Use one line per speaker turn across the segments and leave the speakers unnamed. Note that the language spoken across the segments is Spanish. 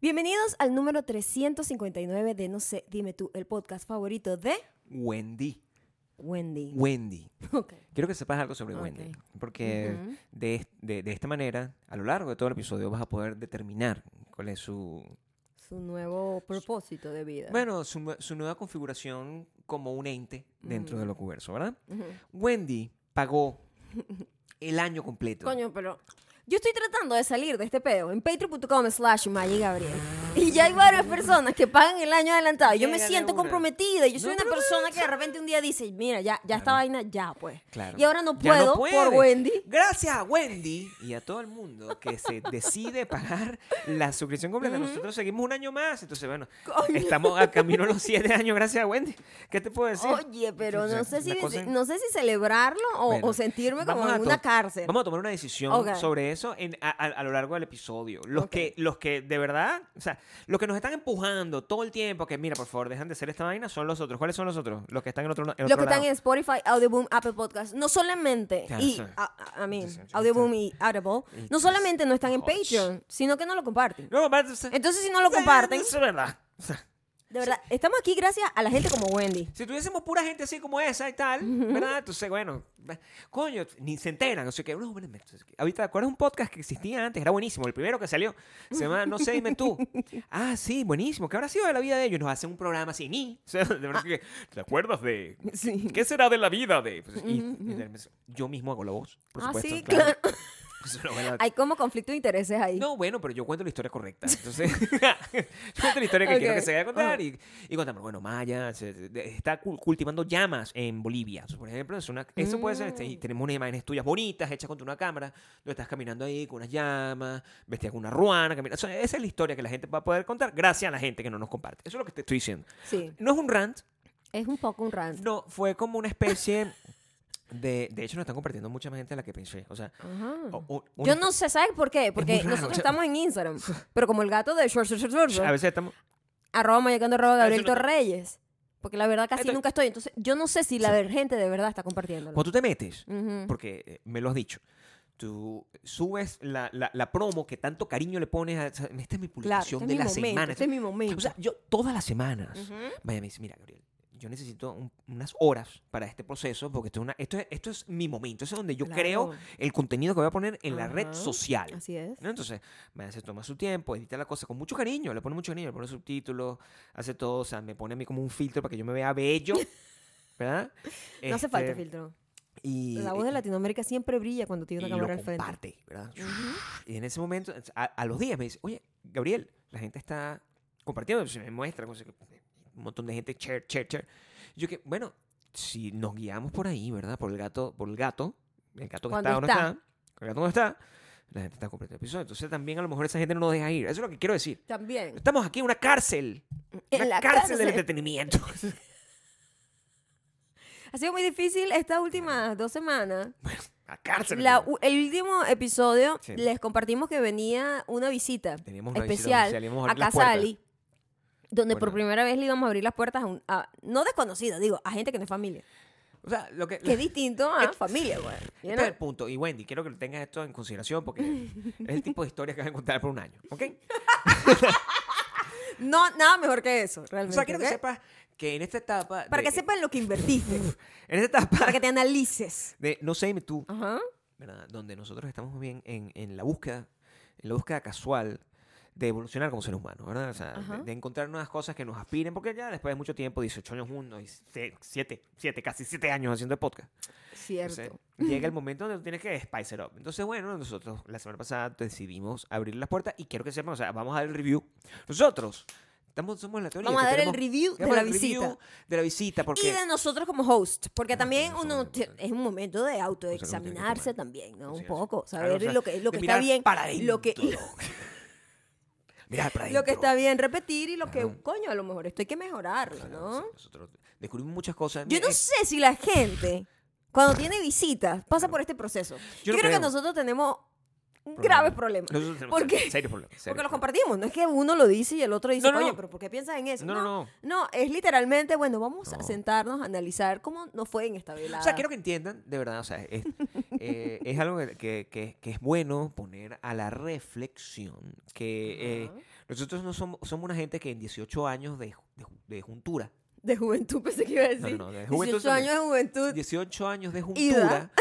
Bienvenidos al número 359 de No sé, dime tú, el podcast favorito de
Wendy.
Wendy.
Wendy.
Ok.
Quiero que sepas algo sobre
Ok.
Wendy. Porque de, est- de- de esta manera, a lo largo de todo el episodio, vas a poder determinar cuál es su.
Su nuevo propósito de vida.
Bueno, su, nue- su nueva configuración como un ente dentro del Ocuverso, ¿verdad? Wendy pagó el año completo.
Coño, pero yo estoy tratando de salir de este pedo en patreon.com slash Maggie Gabriel. Y ya hay varias personas que pagan el año adelantado. Yo me
Llégale
siento
una.
comprometida. y Yo soy
No,
una
pero-
persona que de repente un día dice, mira, ya, ya esta vaina, ya pues.
Claro.
Y ahora no
Ya
puedo por
puedes.
Wendy.
Gracias a Wendy y a todo el mundo que se decide pagar la suscripción completa. Nosotros seguimos un año más. Entonces, bueno,
Coño.
estamos a camino a los siete años gracias a Wendy. ¿Qué te puedo decir?
Oye, pero
O sea,
no sé, si,
una cosa-
no sé si celebrarlo o,
Bueno,
o sentirme como
vamos a
en
to-
una cárcel.
Vamos a tomar una decisión
Ok.
sobre eso en- a, a- a lo largo del episodio. Los
Ok.
que los que de verdad, o sea, los que nos están empujando todo el tiempo, que mira, por favor, dejan de hacer esta vaina, son los otros. ¿Cuáles son los otros? Los que están en otro, en
Los
otro
que están
lado.
en Spotify, Audioboom, Apple Podcast, no solamente,
Ya
y,
sé.
a- a- I mean,
Ya sé, ya
Audioboom y Audible,
Y
no
tú-
solamente no están en
Josh.
Patreon, sino que no lo comparten.
No, pero-
Entonces, si no lo comparten,
Eso es verdad. O sea,
de verdad, estamos aquí gracias a la gente como Wendy.
Si tuviésemos pura gente así como esa y tal, ¿verdad? Entonces, bueno, va- coño, ni se enteran. O sea que, no, bueno, me- ahorita, ¿cuál es un podcast que existía antes? Era buenísimo, el primero que salió. Se llama No sé, dime tú. Ah, sí, buenísimo. ¿Qué habrá sido de la vida de ellos? Nos hacen un programa así, ni. O sea, de verdad que, ¿te acuerdas de?
Sí.
¿Qué será de la vida de? Pues, y- y de- yo mismo hago la voz, por
Ah,
supuesto.
sí,
Eso no me la-
Hay como conflicto de intereses ahí.
no, bueno, pero yo cuento la historia correcta. Entonces, yo cuento la historia que quiero que
Ok.
se vaya a contar. Y, y contamos, bueno, Maya se- se- está cu- cultivando llamas en Bolivia. Por ejemplo, es una, eso puede ser. este, Y
Mm.
tenemos unas imágenes tuyas bonitas hechas contra una cámara. Tú estás caminando ahí con unas llamas, vestida con una ruana. camina- o sea, esa es la historia que la gente va a poder contar gracias a la gente que no nos comparte. Eso es lo que te estoy diciendo.
Sí,
No es un rant,
es un poco un rant.
no, fue como una especie de. De hecho, nos están compartiendo mucha más gente de la que pensé. O sea,
Ajá.
o- o- una-
Mm. Yo no sé, ¿sabes por qué? Porque
muy raro,
nosotros
o sea-
estamos en Instagram, pero como el gato de short, short, short, short,
a veces estamos.
arroba mayacando arroba Gabriel
eso no-
Torreyes. Porque la verdad casi
Entonces-
nunca estoy. Entonces, yo no sé si la gente de verdad está compartiéndolo.
Cuando Pues tú te metes,
Ujú.
porque eh, me lo has dicho. Tú subes la, la- la promo que tanto cariño le pones a. esa- Esta es mi
Claro,
publicación
este
de
es mi
la
momento,
semana. pues,
este es mi momento.
o sea, yo todas las semanas.
Ujú.
Vaya, me dice, mira, Gabriel, yo necesito un- unas horas para este proceso porque esto es, una- esto es, esto es mi momento. Eso es donde yo creo
Claro.
el contenido que voy a poner en la red
Ajá,
social.
Así es.
¿no? Entonces, Maya se toma su tiempo, edita la cosa con mucho cariño, le pone mucho cariño, le pone subtítulos, hace todo, o sea, me pone a mí como un filtro para que yo me vea bello, ¿verdad?
No hace falta
Este,
filtro.
Y, e eh,
La voz de Latinoamérica siempre brilla cuando tiene
y
una cámara
lo
al frente.
comparte, ¿verdad? Y en ese momento, a, a los días me dice, oye, Gabriel, la gente está compartiendo, se me muestra, cosas que- un montón de gente, share, share, share. Yo que, bueno, si nos guiamos por ahí, ¿verdad? Por el gato, por el gato, el gato que
Cuando
está o no
está.
está, el gato no está, la gente está compartiendo episodios. Entonces también a lo mejor esa gente no nos deja ir. Eso es lo que quiero decir.
También.
Estamos aquí en una cárcel.
En
una
la
cárcel,
cárcel.
del entretenimiento.
Ha sido muy difícil estas últimas dos semanas.
la cárcel.
La u- el último episodio
Sí.
les compartimos que venía una visita
Teníamos una visita
especial
oficial, íbamos a
a
abrir las
casa de
puertas.
Ali, donde por
Bueno.
primera vez le íbamos a abrir las puertas a, un, a- no desconocido, digo, a gente que no es familia.
o sea, lo que,
Que es distinto a familia, güey. you
Este
know?
es el punto. Y Wendy, quiero que lo tengas esto en consideración porque es el tipo de historia que vas a encontrar por un año. ¿Ok?
No, nada mejor que eso,
O
realmente.
sea, quiero que
¿ok?
sepas que en esta etapa.
Para
de-
que sepan lo que invertiste,
En esta etapa
para que te analices.
de No sé, dime tú,
Ajá.
¿verdad? Donde nosotros estamos más bien en, en la búsqueda, en la búsqueda casual de evolucionar como seres humanos, ¿verdad? O sea,
Ajá.
de, de encontrar nuevas cosas que nos aspiren, porque ya después de mucho tiempo, 18 años juntos, y 7, 7, casi 7 años haciendo el podcast.
Cierto.
Entonces, llega el momento donde tú tienes que spice it up. Entonces, bueno, nosotros la semana pasada decidimos abrir las puertas y quiero que sepan, o sea, vamos a dar el review. Nosotros estamos, somos la teoría.
Vamos a
que
dar el
tenemos-
review de
vamos a
la
dar el review
visita.
De la visita, porque...
Y de nosotros como host, porque
Ah,
también
pues eso
uno
es
te-
importante.
es un momento de autoexaminarse
Eso es lo
también, ¿no?
Así
Un
es.
poco, saber
Claro, o sea,
lo que, lo
de
que está
mirar
bien,
para
lo que,
adentro. Mirar para
lo que
adentro.
está bien repetir y lo que,
Claro.
coño, a lo mejor esto hay que mejorarlo,
Claro, o sea,
¿no?
Nosotros descubrimos muchas cosas.
Yo no
Eh,
sé si la gente, cuando tiene visitas, pasa por este proceso. Yo,
no
creo, que
creo.
nosotros tenemos
Problema.
graves problemas.
Nosotros tenemos
¿Por
serios-
qué?
serios problemas,
Porque
serios
los
problemas.
compartimos, no es que uno lo dice y el otro dice,
No, no,
coño,
no.
pero ¿por qué piensas en eso?
No, no, no.
No, es literalmente, bueno, vamos a
No.
sentarnos a analizar cómo nos fue en esta velada.
O sea, quiero que entiendan, de verdad, o sea, es- eh, es algo que, que- que- que es bueno poner a la reflexión. Que eh,
Ajá.
nosotros no somos, somos una gente que en 18 años de, ju- de ju- de juntura,
De juventud pensé que iba a
No,
decir.
no, no, de juventud
18 años de juventud.
18 años de
Ida.
juntura,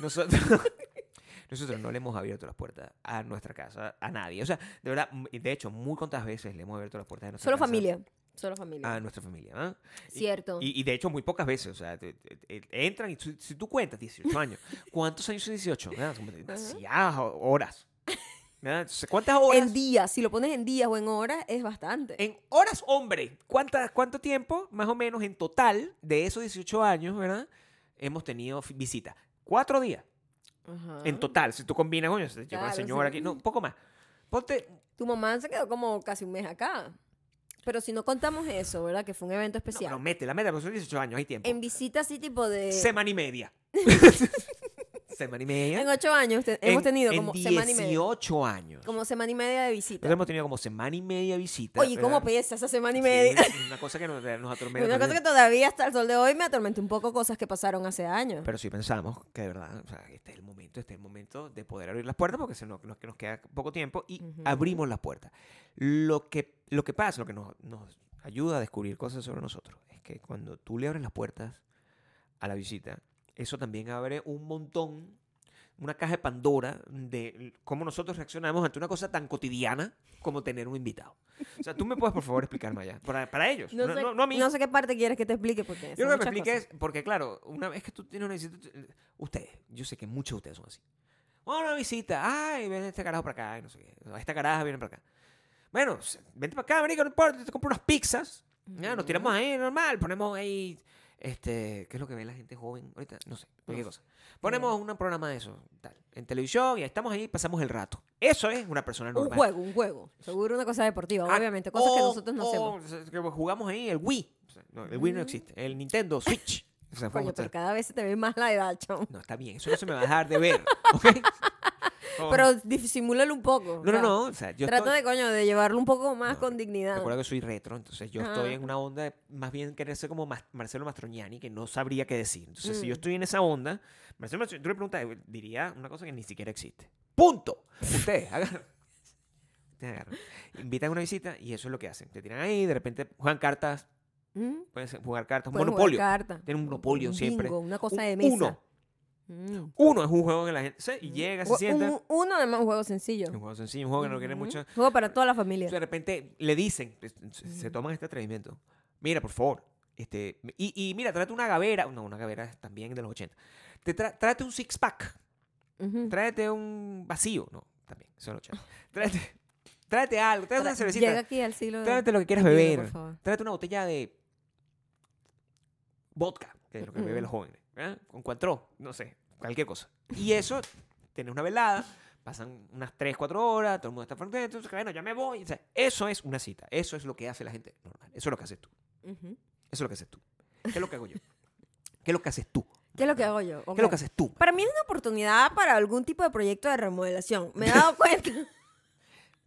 nosotros, nosotros no le hemos abierto las puertas a nuestra casa a nadie. O sea, de verdad, m- de hecho, muy contas veces le hemos abierto las puertas de nuestra
Solo
casa
familia. Solo familia.
a nuestra familia. ¿ah? Y-
Cierto.
Y, y de hecho, muy pocas veces. O sea, te- te- te- entran y tú- si tú cuentas 18 años, ¿cuántos años son 18? ¿Verdad? Son demasiadas horas. ¿Verdad? Entonces, ¿Cuántas horas?
en días, si lo pones en días o en horas, es bastante.
En horas, hombre. ¿Cuántas, ¿Cuánto tiempo, más o menos, en total de esos 18 años, ¿verdad? Hemos tenido fi- visita. Cuatro días.
Ajá.
En total. Si tú combinas, coño, se lleva
Ah. Claro,
una señora
sí.
aquí. No, un poco más. Ponte.
Tu mamá se quedó como casi un mes acá. Pero si no contamos eso, ¿verdad? Que fue un evento
No,
especial.
pero mete la meta, porque son 18 años, hay tiempo.
en visita así tipo de...
Semana y media. Semana y media.
En ocho años te-
En-
hemos tenido
en
como semana y media.
18 años.
Como semana y media de visita.
Nosotros hemos tenido como semana y media de visita.
Oye, ¿cómo
¿verdad?
pesa esa semana y
Sí,
media?
es una cosa que nos, nos atormenta.
Una cosa que todavía hasta el sol de hoy me atormenta un poco cosas que pasaron hace años.
Pero sí pensamos que de verdad, o sea, este es el momento, este es el momento de poder abrir las puertas porque se nos, nos- que nos queda poco tiempo y
Ujú.
abrimos las puertas. Lo que, lo que pasa, lo que nos, nos ayuda a descubrir cosas sobre nosotros es que cuando tú le abres las puertas a la visita, eso también abre un montón, una caja de Pandora de cómo nosotros reaccionamos ante una cosa tan cotidiana como tener un invitado. O sea, tú me puedes, por favor, explicar, Maya, para, para ellos, no, no- no a mí.
no sé qué parte quieres que te explique porque
Yo
son
lo que
muchas
me explique
cosas.
es, porque claro, una vez que tú tienes una visita, tú- ustedes, yo sé que muchos de ustedes son así. Vamos a una visita, ay, ven este carajo para acá, ay, no sé qué, esta caraja viene para acá. Bueno, s- vente para acá, marico, no importa, te compro unas pizzas, ya, nos tiramos ahí, normal, ponemos ahí, este, ¿qué es lo que ve la gente joven ahorita? No sé, cualquier cosa. Ponemos un programa de eso, tal, en televisión, y estamos ahí, pasamos el rato. Eso es una persona
Un
normal.
juego, un juego. Seguro una cosa deportiva,
Ah, oh,
obviamente. Cosas que
o-
nosotros no
o,
hacemos. Mm.
o sea, que jugamos ahí el Wii. O sea, no, el Wii no existe. El Nintendo Switch. O sea,
Coño,
jugamos
pero
tal.
cada vez se te ve más la edad, chamo.
No, está bien. Eso no se me va a dejar de ver. ¿ok? Como-
Pero disimúlalo un poco.
No, no, no. O sea, yo
Trata de, coño, de llevarlo un poco más
No,
con dignidad.
Recuerda que soy retro, entonces yo
Ah.
estoy en una onda de más bien querer ser como Mas- Marcelo Mastroñani, que no sabría qué decir. Entonces, si
Mm.
yo estoy en esa onda, Marcelo Mastroianni, tú le preguntas, eh, diría una cosa que ni siquiera existe. ¡Punto! Ustedes, agarran. Ustedes agarran. Invitan a una visita y eso es lo que hacen. Te tiran ahí, de repente juegan cartas,
¿Mm?
pueden ser- jugar cartas, un
Pueden jugar
monopolio.
carta.
Tienen un monopolio siempre.
bingo, una cosa
Un-
de mesa.
Uno.
Mm.
Uno es un juego que la gente. se- Y
Mm.
llega,
Un-
se sienta.
un- uno además un juego sencillo.
Es un juego sencillo, un juego que no quiere
Ujú.
mucho.
Juego para toda la
Entonces,
familia.
de repente le dicen, pues, se- se
Ujú.
toman este atrevimiento. Mira, por favor. Este, y, y mira, tráete una gavera. No, una gavera es también de los 80. Te tra- tráete un six pack.
Ujú.
Tráete un vacío. No, también, eso es los 80. Tráete, tráete algo. Tráete
Tra-
una cervecita.
Llega aquí al siglo de-
Tráete lo que quieras
XXI,
beber.
por favor.
Tráete una botella de vodka, que es lo que beben los jóvenes, ¿verdad? ¿eh? Con cuatro, no sé, cualquier cosa. Y eso, tienes una velada, pasan unas 3, 4 horas, todo el mundo está frente, entonces, bueno, ya me voy. O sea, eso es una cita, eso es lo que hace la gente normal, eso es lo que haces tú,
Ujú.
eso es lo que haces tú. ¿Qué es lo que hago yo? ¿Qué es lo que haces tú?
¿Qué es lo que hago yo?
¿Qué es lo
Ok.
que haces tú?
Para mí es una oportunidad para algún tipo de proyecto de remodelación. Me he dado cuenta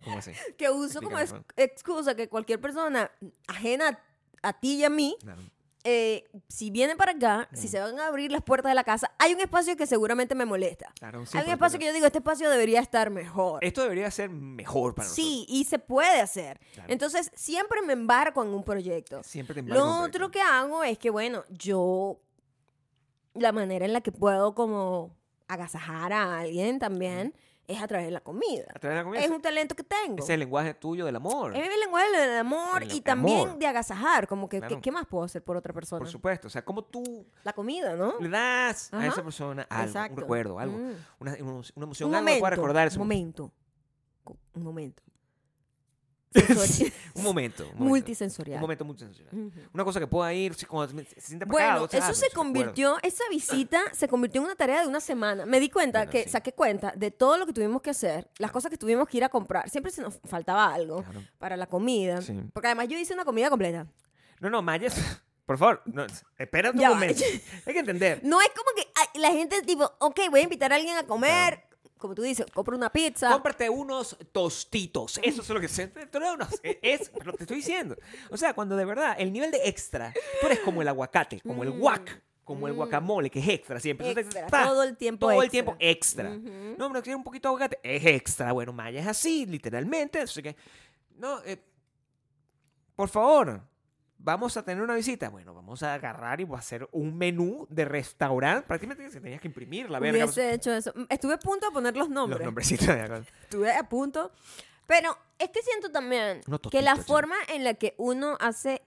¿Cómo así?
que uso como ex-
Explícame,
excusa que cualquier persona ajena a, a ti y a mí,
Claro.
eh, si vienen para acá, si se van a abrir las puertas de la casa, hay un espacio que seguramente me molesta.
Claro, sí,
hay un
porque-
espacio que yo digo, este espacio debería estar mejor.
Esto debería ser mejor para nosotros.
Sí, y se puede hacer.
Claro.
Entonces, siempre me embarco en un proyecto.
Siempre te embargo
Lo
un
otro
proyecto.
que hago es que, bueno, yo la manera en la que puedo como agasajar a alguien también es a través de la comida.
A través de la comida,
Es un talento que tengo.
ese es el lenguaje tuyo del amor.
Es el lenguaje del amor
El
y también
amor.
de agasajar, como que, que-
Claro.
¿qué más puedo hacer por otra persona?
Por supuesto, o sea, como tú
La comida, ¿no?
le das
Ajá.
a esa persona algo,
Exacto.
un recuerdo, algo,
Mm.
una, una- una emoción,
Un
algo que
momento,
pueda recordar.
un
ese momento.
momento, Co- un momento. Sensori-
un momento. Un momento,
Multisensorial.
un momento multisensorial.
Ujú.
Una cosa que pueda ir, si- cuando se, se sienta
Bueno,
apagado, se-
eso
ah,
se
se recuerda.
convirtió, esa visita se convirtió en una tarea de una semana. Me di cuenta
Bueno,
que
sí.
saqué cuenta de todo lo que tuvimos que hacer, las cosas que tuvimos que ir a comprar. Siempre se nos faltaba algo
Claro.
para la comida.
Sí.
Porque además yo hice una comida completa.
No, no, Mayas, por favor, no, espera un
Ya va.
momento. Hay que entender.
No es como que ay, la gente es tipo, ok, voy a invitar a alguien a comer. Como tú dices, compro una pizza.
Cómprate unos tostitos. Eso es lo que se. tú no, no, es- Es lo que te estoy diciendo. O sea, cuando de verdad el nivel de extra, tú eres como el aguacate, como el guac. como el guacamole, que es extra siempre. Eso te-
Mm. Extra,
¡pa!
todo el tiempo
Todo el
extra.
tiempo extra.
Ujú.
No, pero quiero un poquito de aguacate. Es extra. Bueno, Maya es así, literalmente. Así que, no, eh, por favor, vamos a tener una visita. Bueno, vamos a agarrar y voy a hacer un menú de restaurante. Prácticamente se tenías que imprimir la verga. pues.
Hubiese hecho eso. Mm, Estuve a punto de poner los nombres.
Los nombrecitos. de acuerdo.
Estuve a punto. Pero es que siento también
Unos
que la
tostitos, chamo.
forma en la que uno hace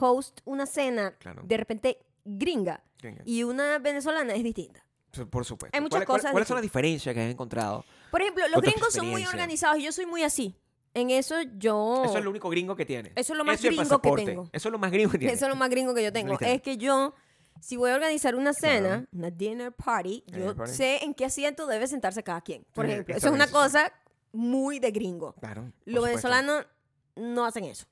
host una cena
Claro.
de repente gringa y una venezolana es distinta.
Por- Por supuesto.
Hay muchas
¿Cuál- cuál-
cosas
¿Cuáles son las
distintas.
diferencias que has encontrado?
Por ejemplo, los
Otra
gringos son muy
experiencia.
organizados y yo soy muy así. En eso yo...
Eso es lo único gringo que tienes.
Eso es lo más
y el
gringo que
pasaporte.
tengo.
Eso es lo más gringo que tienes.
Eso es lo más gringo que yo tengo.
Literal.
Es que yo, si voy a organizar una cena,
Claro.
una dinner party, yo
Dinner party.
sé en qué asiento debe sentarse cada quien. Por
Sí,
ejemplo, eso
está
es una
bien, sí, sí.
cosa muy de gringo.
Claro. por
Los
supuesto.
venezolanos no hacen eso.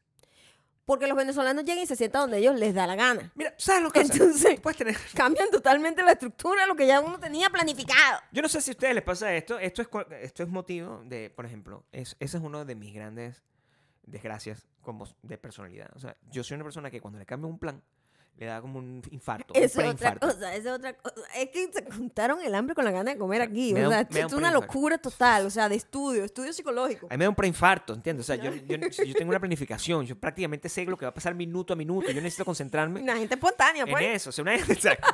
Porque los venezolanos llegan y se sientan donde ellos les da la gana.
Mira, ¿sabes lo que pasa?
Entonces-
Tú puedes tener...
Cambian totalmente la estructura, lo que ya uno tenía planificado.
Yo no sé si a ustedes les pasa esto. Esto es, cua- esto es motivo de, por ejemplo, es, ese es uno de mis grandes desgracias como s- de personalidad. O sea, yo soy una persona que cuando le cambio un plan, le da como un infarto,
Eso
un
es otra
preinfarto.
cosa, eso es otra cosa. Es que se juntaron el hambre con la gana de comer aquí.
Me da
O
un-
sea,
me da
es
un
una
preinfarto.
locura total. O sea, de estudio, estudio psicológico.
A mí me da un preinfarto, ¿entiendes? O sea, yo, yo, yo tengo una planificación. Yo prácticamente sé lo que va a pasar minuto a minuto. Yo necesito concentrarme
Una gente espontánea, pues.
en eso. O sea, una exacto.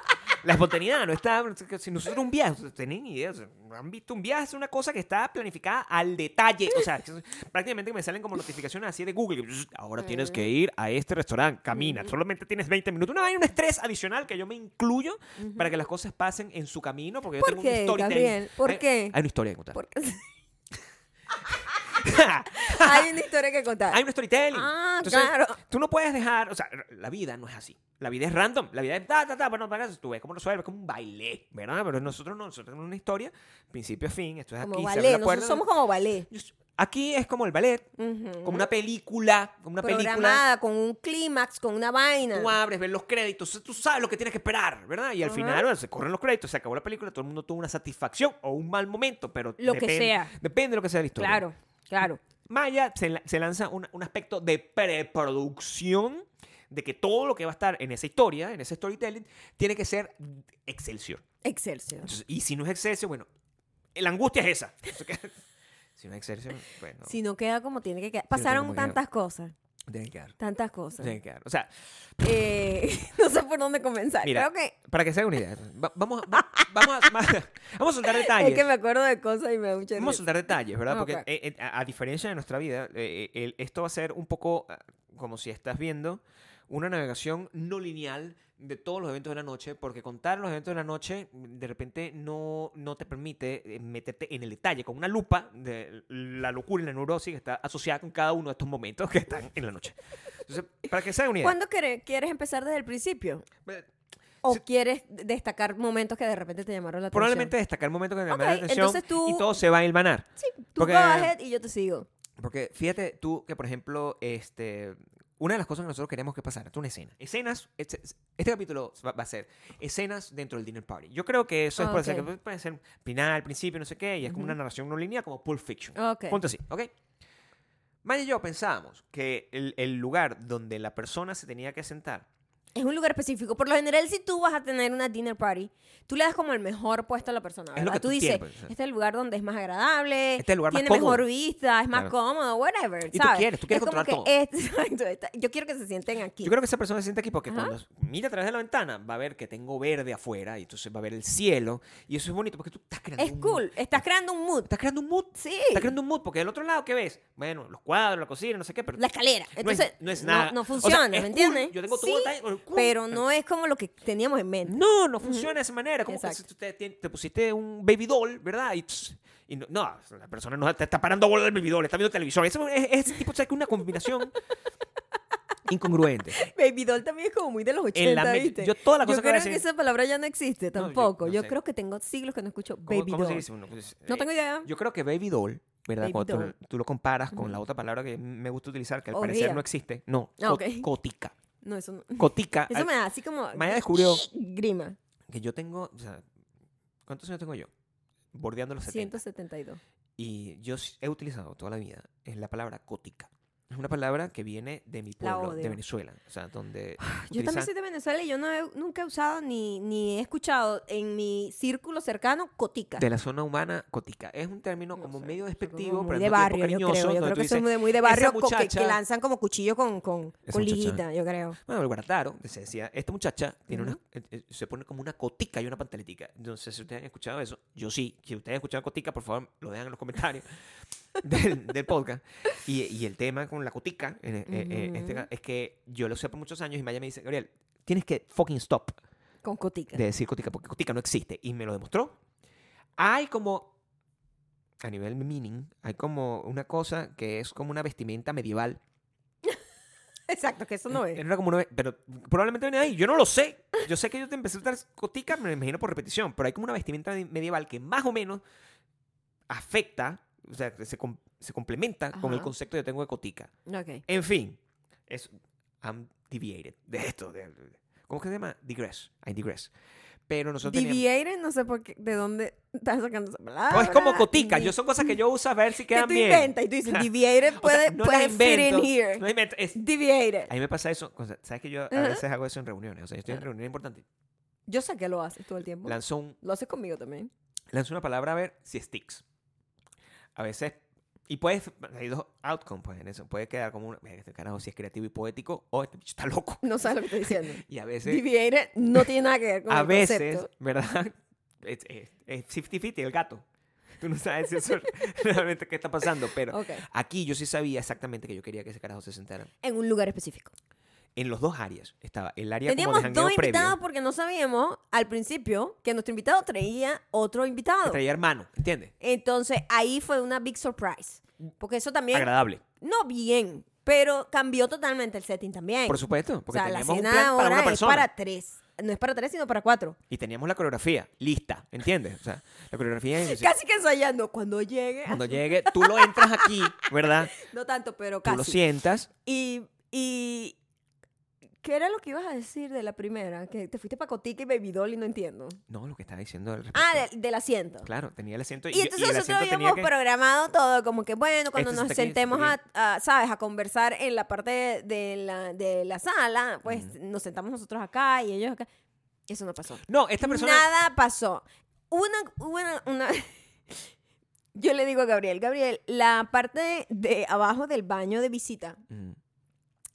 La espontaneidad no está. Si nosotros un viaje, ustedes tienen idea. o sea, Han visto un viaje, es una cosa que está planificada al detalle. O sea, es- prácticamente me salen como notificaciones así de Google. que, Ahora tienes que ir a este restaurante, camina. Solamente tienes 20 minutos. No hay un estrés adicional que yo me incluyo para que las cosas pasen en su camino. Porque yo
¿Por
tengo
qué,
un storytelling.
Gabriel? ¿Por
Hay-
qué?
Eh, Hay una historia que contar.
Porque hay una historia que contar.
hay un storytelling.
Ah, claro.
Tú no puedes dejar, o sea, la vida no es así. La vida es random. La vida es ta, ta, ta. Bueno, para eso tú ves cómo resuelves, como un baile, ¿verdad? Pero nosotros no, nosotros tenemos una historia, principio a fin. Esto es
como
aquí, se abre
ballet,
la puerta.
nosotros somos como ballet.
Yo- Aquí es como el ballet,
Ujú.
como una película, como una película.
Programada, con un clímax, con una vaina.
Tú abres, ves los créditos, tú sabes lo que tienes que esperar, ¿verdad? Y al
Ajá.
final bueno, se corren los créditos, se acabó la película, todo el mundo tuvo una satisfacción o un mal momento, pero
Lo que
depende-
sea.
Depende de lo que sea la historia.
Claro, claro.
Maya se, la- se lanza un, un aspecto de preproducción de que todo lo que va a estar en esa historia, en ese storytelling, tiene que ser Excelsior.
Excelsior.
Entonces, y si no es Excelsior, bueno, la angustia es esa. si no es Excelsior, bueno,
Si no queda como tiene que quedar.
no tiene
Pasaron
como queda.
tantas cosas,
tiene que quedar.
tantas cosas.
tiene que quedar. O sea,
Eh, no sé por dónde comenzar.
Mira,
Creo que
para que se hagan una idea, va- vamos, a- va- vamos, a, vamos a soltar detalles.
es que me acuerdo de cosas y me da mucha
Vamos a
risa.
soltar detalles, ¿verdad? Porque
Ok.
eh, eh, a, a diferencia de nuestra vida, eh, eh, el- esto va a ser un poco ah, como si estás viendo una navegación no lineal de todos los eventos de la noche, porque contar los eventos de la noche mm, de repente no, no te permite eh, meterte en el detalle con una lupa de la locura y la neurosis que está asociada con cada uno de estos momentos que están en la noche. Entonces, para que se hagan una idea.
¿Cuándo quere- quieres empezar desde el principio?
eh,
¿O
Sí.
quieres destacar momentos que de repente te llamaron la
Probablemente destacar momentos que me llaman la
Ok,
atención
entonces tú-
y todo se va a hilvanar.
atención? Tú
porque-
go ahead y yo te sigo.
Porque fíjate tú que, por ejemplo, este, una de las cosas que nosotros queríamos que pasara es una escena. Escenas, este, este capítulo va, va a ser escenas dentro del dinner party. Yo creo que eso es,
Ah,
puede, ser,
ok.
que puede ser final, principio, no sé qué, y es como
Ujú.
una narración no lineal, como Pulp Fiction.
Ok.
Punto así, ¿ok? Maya y yo pensábamos que el, el lugar donde la persona se tenía que sentar,
Es un lugar específico. Por lo general, si tú vas a tener una dinner party, tú le das como el mejor puesto a la persona.
Es lo
¿verdad?
que
tú
tú
dices,
quieres, pues.
este es el lugar donde es más agradable,
Este es el lugar más
tiene
cómodo".
mejor vista, es más
Claro.
cómodo, whatever.
Y tú
¿sabes?
quieres, tú quieres
Es como
controlar
que este- exacto, esta- yo quiero que se sienten aquí.
Yo creo que esa persona se siente aquí porque
Ajá.
cuando mira a través de la ventana va a ver que tengo verde afuera y entonces va a ver el cielo y eso es bonito porque tú estás creando
es
un-
cool, estás creando un mood.
Estás creando un mood
Sí,
Está creando un mood, porque del otro lado, ¿qué ves? Bueno, los cuadros, la cocina, no sé qué, pero.
la escalera.
no es-
Entonces,
no es nada.
No,
O sea,
funciona,
es
¿me
cool,
entiendes?
yo tengo todo
Sí,
detalle, pero cool,
pero no es como lo que teníamos en mente.
No, no funciona de esa manera. Como que
Exacto.
si tú te, te- te pusiste un baby doll, ¿verdad? Y, pss, y no, no, la persona no te está parando a bola del baby doll, está viendo televisión. Ese, es- ese tipo, ¿sabes? Que una combinación incongruente.
Baby doll también es como muy de los 80,
En la me-
¿viste?
yo toda la cosa
yo
que voy a
creo que
decir-
esa palabra ya no existe
No, yo
tampoco.
no
yo
sé.
creo que tengo siglos que no escucho
¿Cómo-
baby
cómo se
doll.
dice? Bueno, pues,
No
eh,
tengo idea.
Yo creo que baby doll, ¿verdad?
Baby
Cuando tú-
doll.
Tú, lo comparas con la otra palabra que me gusta utilizar, que al parecer
Orgía.
no existe. No,
Ah,
co-
ok.
cotica.
No, eso no.
Cotica.
Eso
al-
me da así como.
Maya descubrió-
Grima.
que yo tengo, o sea, ¿cuántos años tengo yo? Bordeando los 70.
172.
Y yo s- he utilizado toda la vida es la palabra gótica. es una palabra que viene de mi
La
pueblo, de
odio.
Venezuela. O sea, donde.
Yo
utilizan-
también soy de Venezuela y yo no he- nunca he usado ni, ni he escuchado en mi círculo cercano cotica.
De la zona humana cotica. Es un término
No
como
sé,
medio
soy como
despectivo,
muy
pero al
de
mismo tiempo
barrio, yo
cariñoso,
creo. Yo
donde
creo
tú
que soy
dices,
muy de, muy de
"Esa
barrio co- que, que
muchacha-
lanzan como cuchillo con, con,
Esa
con
muchacha.
liguita, yo creo.
Bueno, el Guarataro se decía, esta muchacha tiene
Ujú.
una, eh, eh, se pone como una cotica y una pantaletica. Entonces, si ustedes han escuchado eso, yo sí. Si ustedes han escuchado cotica, por favor, lo dejan en los comentarios del, del podcast. Y, y el tema con la cotica en- eh, eh, este
Ujú.
ca- es que yo lo sé por muchos años y Maya me dice, Gabriel, tienes que fucking stop
Con cotica.
de decir cotica porque cotica no existe. Y me lo demostró. Hay como, a nivel meaning, hay como una cosa que es como una vestimenta medieval
Exacto, que eso no es.
era como una ve- pero probablemente venía de ahí. Yo no lo sé. Yo sé que yo te empecé a usar cotica, me imagino por repetición, pero hay como una vestimenta de- medieval que más o menos afecta, o sea, que se, com- se complementa con el
Ajá.
concepto que yo tengo de cotica.
Ok.
En fin, es, I'm deviated de esto. de- de- ¿Cómo que se llama? Digress. I digress. Pero nosotros teníamos-
Deviated, no sé por qué, de dónde estás sacando esa palabra.
No, es como cotica.
Di-
Yo son cosas que yo uso a ver si
que
quedan
tú
bien.
inventas y tú dices, deviated
O sea,
puede,
no las
puede fit in
invento,
here.
no las invento, es-
Deviated.
a mí me pasa eso. o sea, ¿Sabes que yo a
Ajá.
veces hago eso en reuniones? O sea, yo estoy en reuniones importantes.
Yo sé que lo haces todo el tiempo.
Lanzo un,
Lo haces conmigo también.
lanzo una palabra a ver si sticks. A veces, y puedes, hay dos outcomes pues, en eso. Puede quedar como, un, este carajo si es creativo y poético, o este bicho está loco.
No sabes lo que estoy diciendo.
Y a veces,
Deviated no tiene nada que ver con
a
el
veces,
concepto.
¿verdad? Es, es, es 50-50 el gato. Tú no sabes si eso realmente qué está pasando, pero
Ok.
aquí yo sí sabía exactamente que yo quería que ese carajo se sentara.
En un lugar específico.
En los dos áreas estaba el área
Teníamos
como de
dos
jangueo previo.
invitados porque no sabíamos al principio que nuestro invitado traía otro
que
invitado.
traía hermano, ¿entiendes?
Entonces ahí fue una big surprise. Porque eso también,
Agradable.
no bien, pero cambió totalmente el setting también.
Por supuesto, porque
o sea, la
teníamos un
cena
plan para
ahora
una
es
persona.
para tres. No es para tres, sino para cuatro.
Y teníamos la coreografía lista, ¿entiendes? O sea, la coreografía es...
Casi que ensayando. Cuando llegue,
Cuando llegue, tú lo entras aquí, ¿verdad?
no tanto, pero
Tú lo
casi.
sientas.
Y, y, ¿qué era lo que ibas a decir de la primera? Que te fuiste para Cotica y Baby Doll y no entiendo.
No, lo que estaba diciendo al respecto.
Ah, de- del asiento.
Claro, tenía el acento.
Y entonces
el
nosotros
acento
habíamos
tenía que...
programado todo, como que bueno, cuando
Esto se
nos
está aquí, esto
sentemos
está
a,
aquí.
a, ¿sabes? A conversar en la parte de, de la, de la sala, pues nos sentamos nosotros acá y ellos acá. Eso no pasó.
No, esta persona...
Nada pasó. Una, una, una... Yo le digo a Gabriel, Gabriel, la parte de abajo del baño de visita,
Mm,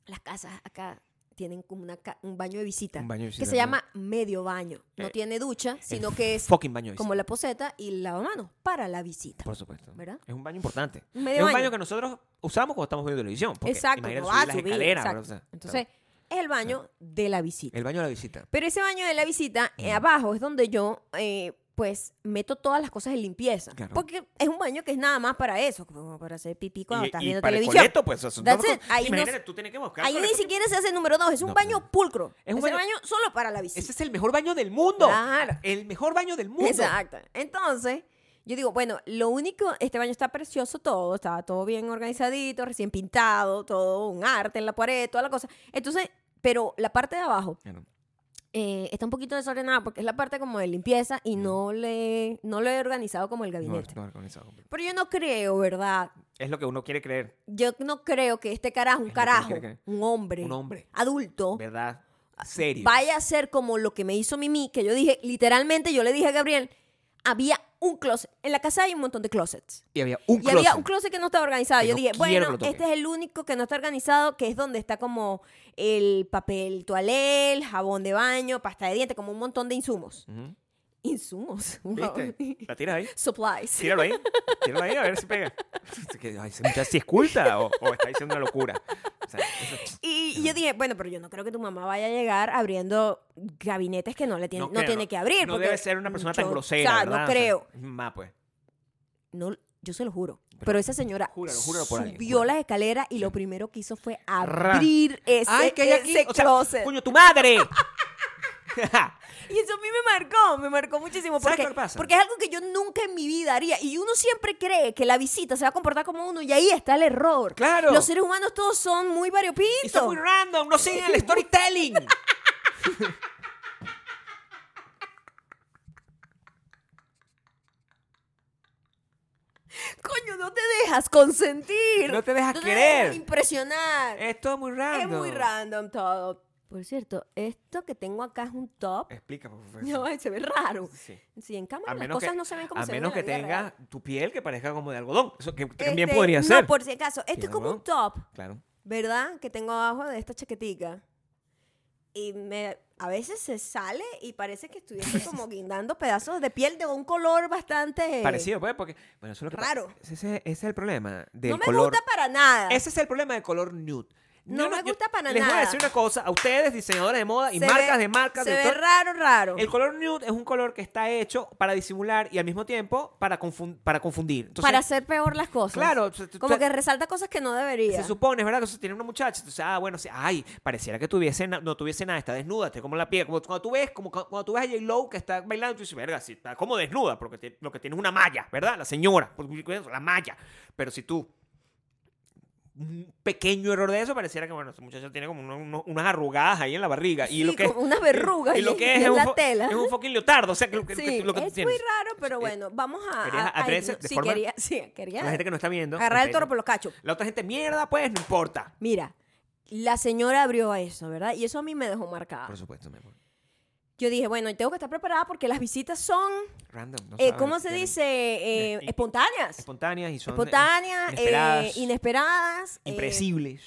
las casas acá tienen como una ca- un baño de visita,
Un baño de
que
visita,
se
¿no?
llama medio baño. No
Eh,
tiene ducha, sino
el
que es
Fucking baño. de
como
visita,
la poseta y el lavamanos para la visita.
Por supuesto.
¿Verdad?
Es un baño importante.
Un
es
medio
un baño,
baño.
que nosotros usamos cuando estamos viendo televisión. porque
Exacto,
imagínate
no
subir
va a
las
subir,
escaleras,
exacto.
bro, o sea, Eh.
Entonces, es el baño de la visita.
El baño de la visita.
Pero ese baño de la visita, eh, abajo, es donde yo, eh, pues, meto todas las cosas de limpieza.
Claro.
Porque es un baño que es nada más para eso, como para hacer pipí cuando
y,
estás
y
viendo
para el
televisión.
coleto, pues... o sea,
That's
tampoco-
it, ahí no-
Imagínate, tú tienes que buscar...
Ahí ni
coleto.
siquiera se hace número dos, es un
No,
baño
no.
pulcro.
Es
Es
un
un
baño-
baño solo para la visita.
Ese es el mejor baño del mundo.
Claro.
El mejor baño del mundo.
Exacto. Entonces, yo digo, bueno, lo único, este baño está precioso todo, estaba todo bien organizadito, recién pintado, todo un arte en la pared, toda la cosa. Entonces, pero la parte de abajo
Claro.
eh, está un poquito desordenada porque es la parte como de limpieza y no le, no lo he organizado como el
Mm. No,
gabinete.
no, organizado, hombre.
Pero yo no creo, ¿verdad?
Es lo que uno quiere creer.
Yo no creo que este carajo, un
Es lo que no
carajo,
quiere creer.
un hombre,
Un hombre.
adulto,
¿Verdad? Serio.
Oh. Ah, vaya a ser como lo que me hizo Mimi, que yo dije, literalmente, yo le dije a Gabriel, había un closet. En la casa hay un montón de closets.
Y había un
y
closet.
había un closet que no estaba organizado.
Que
yo
no
dije,
quiero que
bueno,
lo toque.
este es el único que no está organizado, que es donde está como el papel toalé, el jabón de baño, pasta de dientes, como un montón de insumos.
Ujú.
Insumos. wow.
¿Viste? La tiras ahí.
Supplies.
Tíralo ahí. Tíralo ahí a ver si pega. Es que, Ay, esa muchacha sí es culta o, o está diciendo una locura. O sea, eso-
Y, y yo dije, bueno, pero yo no creo que tu mamá vaya a llegar abriendo gabinetes que no le tiene,
No
no,
creo,
tiene
no-
que abrir.
no
porque
debe ser una persona tan
yo-
grosera.
O sea,
¿verdad?
no creo.
Más, pues.
No, yo se lo juro. Pero,
Pero
esa señora
júralo, júralo por alguien,
subió
júralo.
las escaleras y lo primero que hizo fue
Ra.
abrir ese,
Ay, que hay aquí.
ese
O sea,
closet.
coño, tu madre.
y eso a mí me marcó, me marcó muchísimo.
¿Sabes
Porque,
lo que pasa?
porque es algo que yo nunca en mi vida haría. Y uno siempre cree que la visita se va a comportar como uno y ahí está el error.
Claro.
Los seres humanos todos son muy variopintos.
Y son muy random. No siguen el storytelling.
Coño, no te dejas consentir.
No te dejas
no te dejas
querer.
impresionar.
Es todo muy random.
Es muy random todo. Por cierto, esto que tengo acá es un top.
Explica, por favor.
No, se ve raro.
Sí.
Sí, en
A
cámara las
menos
cosas
que-
no se ven como
A
se ven
menos
en la
que
vida real.
tenga tu piel que parezca como de algodón. Eso que también
Este,
podría ser.
No, por si acaso. Esto es como
¿no?
un top,
Claro.
¿verdad? Que tengo abajo de esta chaquetica. Y me, a veces se sale y parece que estuviese como guindando pedazos de piel de un color bastante...
Parecido, pues, porque. Bueno, eso es lo que pa-
Raro.
Ese, ese- ese es el problema del
No me
color.
gusta para nada.
Ese es el problema del color nude.
No me gusta para
les voy a
nada.
decir una cosa a ustedes, diseñadores de moda y
Se
marcas
ve-
de marcas
Se
de
ve
autor-
raro, raro.
El color nude es un color que está hecho para disimular y al mismo tiempo para, confun- para confundir. Entonces,
para hacer peor las cosas.
Claro, tú- tú-
Como
tú-
que resalta cosas que no debería.
se supone, ¿verdad? Que se tiene una muchacha. Entonces, ah, bueno, sí, ay, pareciera que tuviese na- no tuviese nada, está desnuda, está como la piel. Como cuando tú ves, como cu- cuando tú ves a J. Lowe que está bailando, tú dices, verga, sí, está como desnuda, porque te- lo que tiene es una malla, ¿verdad? La señora, por- por eso, la malla. Pero si tú. Un pequeño error de eso, pareciera que, bueno, esta muchacha tiene como uno- uno- unas arrugadas ahí en la barriga. Y
Sí,
lo que es-
como unas verrugas
y lo
ahí
que es,
en
es un
la
fo-
tela.
Es un fucking leotardo, o sea, que lo que,
Sí,
lo que
es
tienes.
muy raro, pero
Eh,
bueno, vamos a...
querías
a- a-
atreverse de
sí,
forma-
quería, sí, quería
La gente que no está viendo.
agarrar el
ok.
toro por los cachos.
La otra gente, mierda, pues, no importa.
Mira, la señora abrió eso, ¿verdad? Y eso a mí me dejó marcada.
Por supuesto, mi amor.
Yo dije, bueno, tengo que estar preparada porque las visitas son,
Random. no
eh,
sabes
¿cómo
lo que
se
quieren.
dice? Eh,
Y- y-
espontáneas.
Espontáneas y son. eh,
Espontáneas, eh,
inesperadas,
inesperadas, eh,
Impredecibles.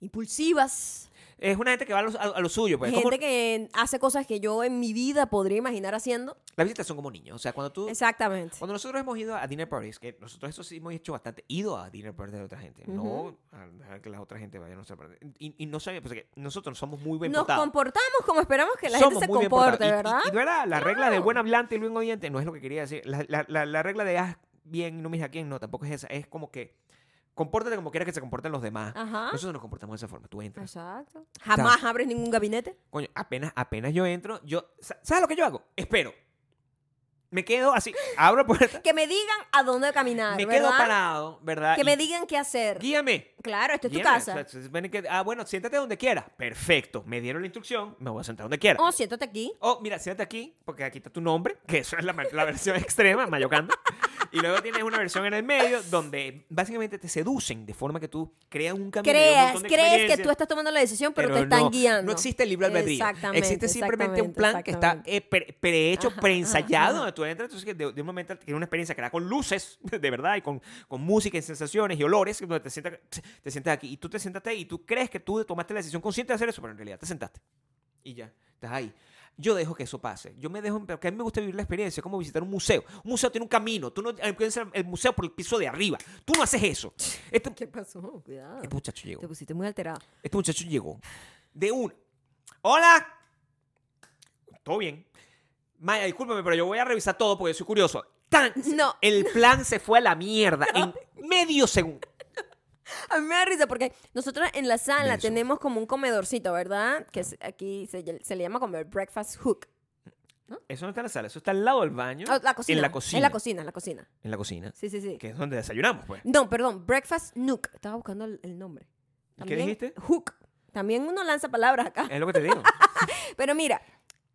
impulsivas.
Es una gente que va a lo, a- a lo suyo, pues.
gente
como-
que hace cosas que yo en mi vida podría imaginar haciendo.
Las visitas son como niños. O sea, cuando tú.
Exactamente.
Cuando nosotros hemos ido a dinner parties, que nosotros eso sí hemos hecho bastante, ido a dinner parties de otra gente,
Ujú.
no a dejar que la otra gente vaya a nuestra parte. Y, y no sabía, pues, que nosotros somos muy bien
Nos
portados.
comportamos como esperamos que la
Somos
gente se
muy bien
comporte,
portados. Y-
¿verdad?
Y, y de verdad, la regla de buen hablante y buen oyente no es lo que quería decir. La, la- la- la regla de haz bien y no mires a quién, no, tampoco es esa. Es como que compórtate como quieras que se comporten los demás.
Ajá.
Nosotros nos comportamos de esa forma. Tú entras.
Exacto. Jamás abres ningún gabinete.
Coño, apenas, apenas yo entro, yo. sa- ¿Sabes lo que yo hago? Espero. Me quedo así, abro puerta,
Que me digan a dónde caminar,
me quedo
Ah, ¿verdad?
parado, ¿verdad?
Que
Y
me digan qué hacer.
Guíame.
Claro, esta es tu
guíame.
casa.
O sea, se supone que- ah, bueno, siéntate donde quieras. Perfecto. Me dieron la instrucción, me voy a sentar donde quiera.
Oh, siéntate aquí.
Oh, mira, siéntate aquí, porque aquí está tu nombre, que eso es la, ma- la versión extrema, mayocando. Y luego tienes una versión en el medio donde básicamente te seducen de forma que tú creas un camino. y un
Creas,
montón de
crees que
experiencias,
tú estás tomando la decisión, pero, te están
no,
guiando.
No existe el libre albedrío.
Exactamente,
Existe simplemente un
exactamente,
plan que está
exactamente.
eh, pre- prehecho,
Ajá,
preensayado,
ajá.
donde tú entras, entonces que de, de un momento tienes una experiencia que era con luces, de verdad, y con, con música y sensaciones y olores, donde te sientas, te sientas aquí y tú te sentaste ahí y tú crees que tú tomaste la decisión consciente de hacer eso, pero en realidad te sentaste y ya, estás ahí. Yo dejo que eso pase. Yo me dejo, porque a mí me gusta vivir la experiencia, es como visitar un museo. Un museo tiene un camino. Tú no empiezas el museo por el piso de arriba. Tú no haces eso. Este,
¿Qué pasó? Cuidado.
este muchacho llegó.
Te pusiste muy alterado.
Este muchacho llegó de una. ¡Hola! Todo bien. Maya, discúlpame, pero yo voy a revisar todo porque yo soy curioso. ¡Tan!
No.
El plan se fue a la mierda en medio segundo.
A mí me da risa porque nosotros en la sala
Denso.
tenemos como un comedorcito, ¿verdad? Que es- aquí se, se le llama comer breakfast hook.
Eso no está en la sala, eso está al lado del baño.
Ah, la cocina.
En la cocina.
En la cocina, en la cocina.
En la cocina,
Sí, sí, sí.
Que es donde desayunamos, pues.
No, perdón, breakfast nook. Estaba buscando el, el nombre.
¿Y qué dijiste? Eh.
Hook. También uno lanza palabras acá.
Es lo que te digo.
Pero mira,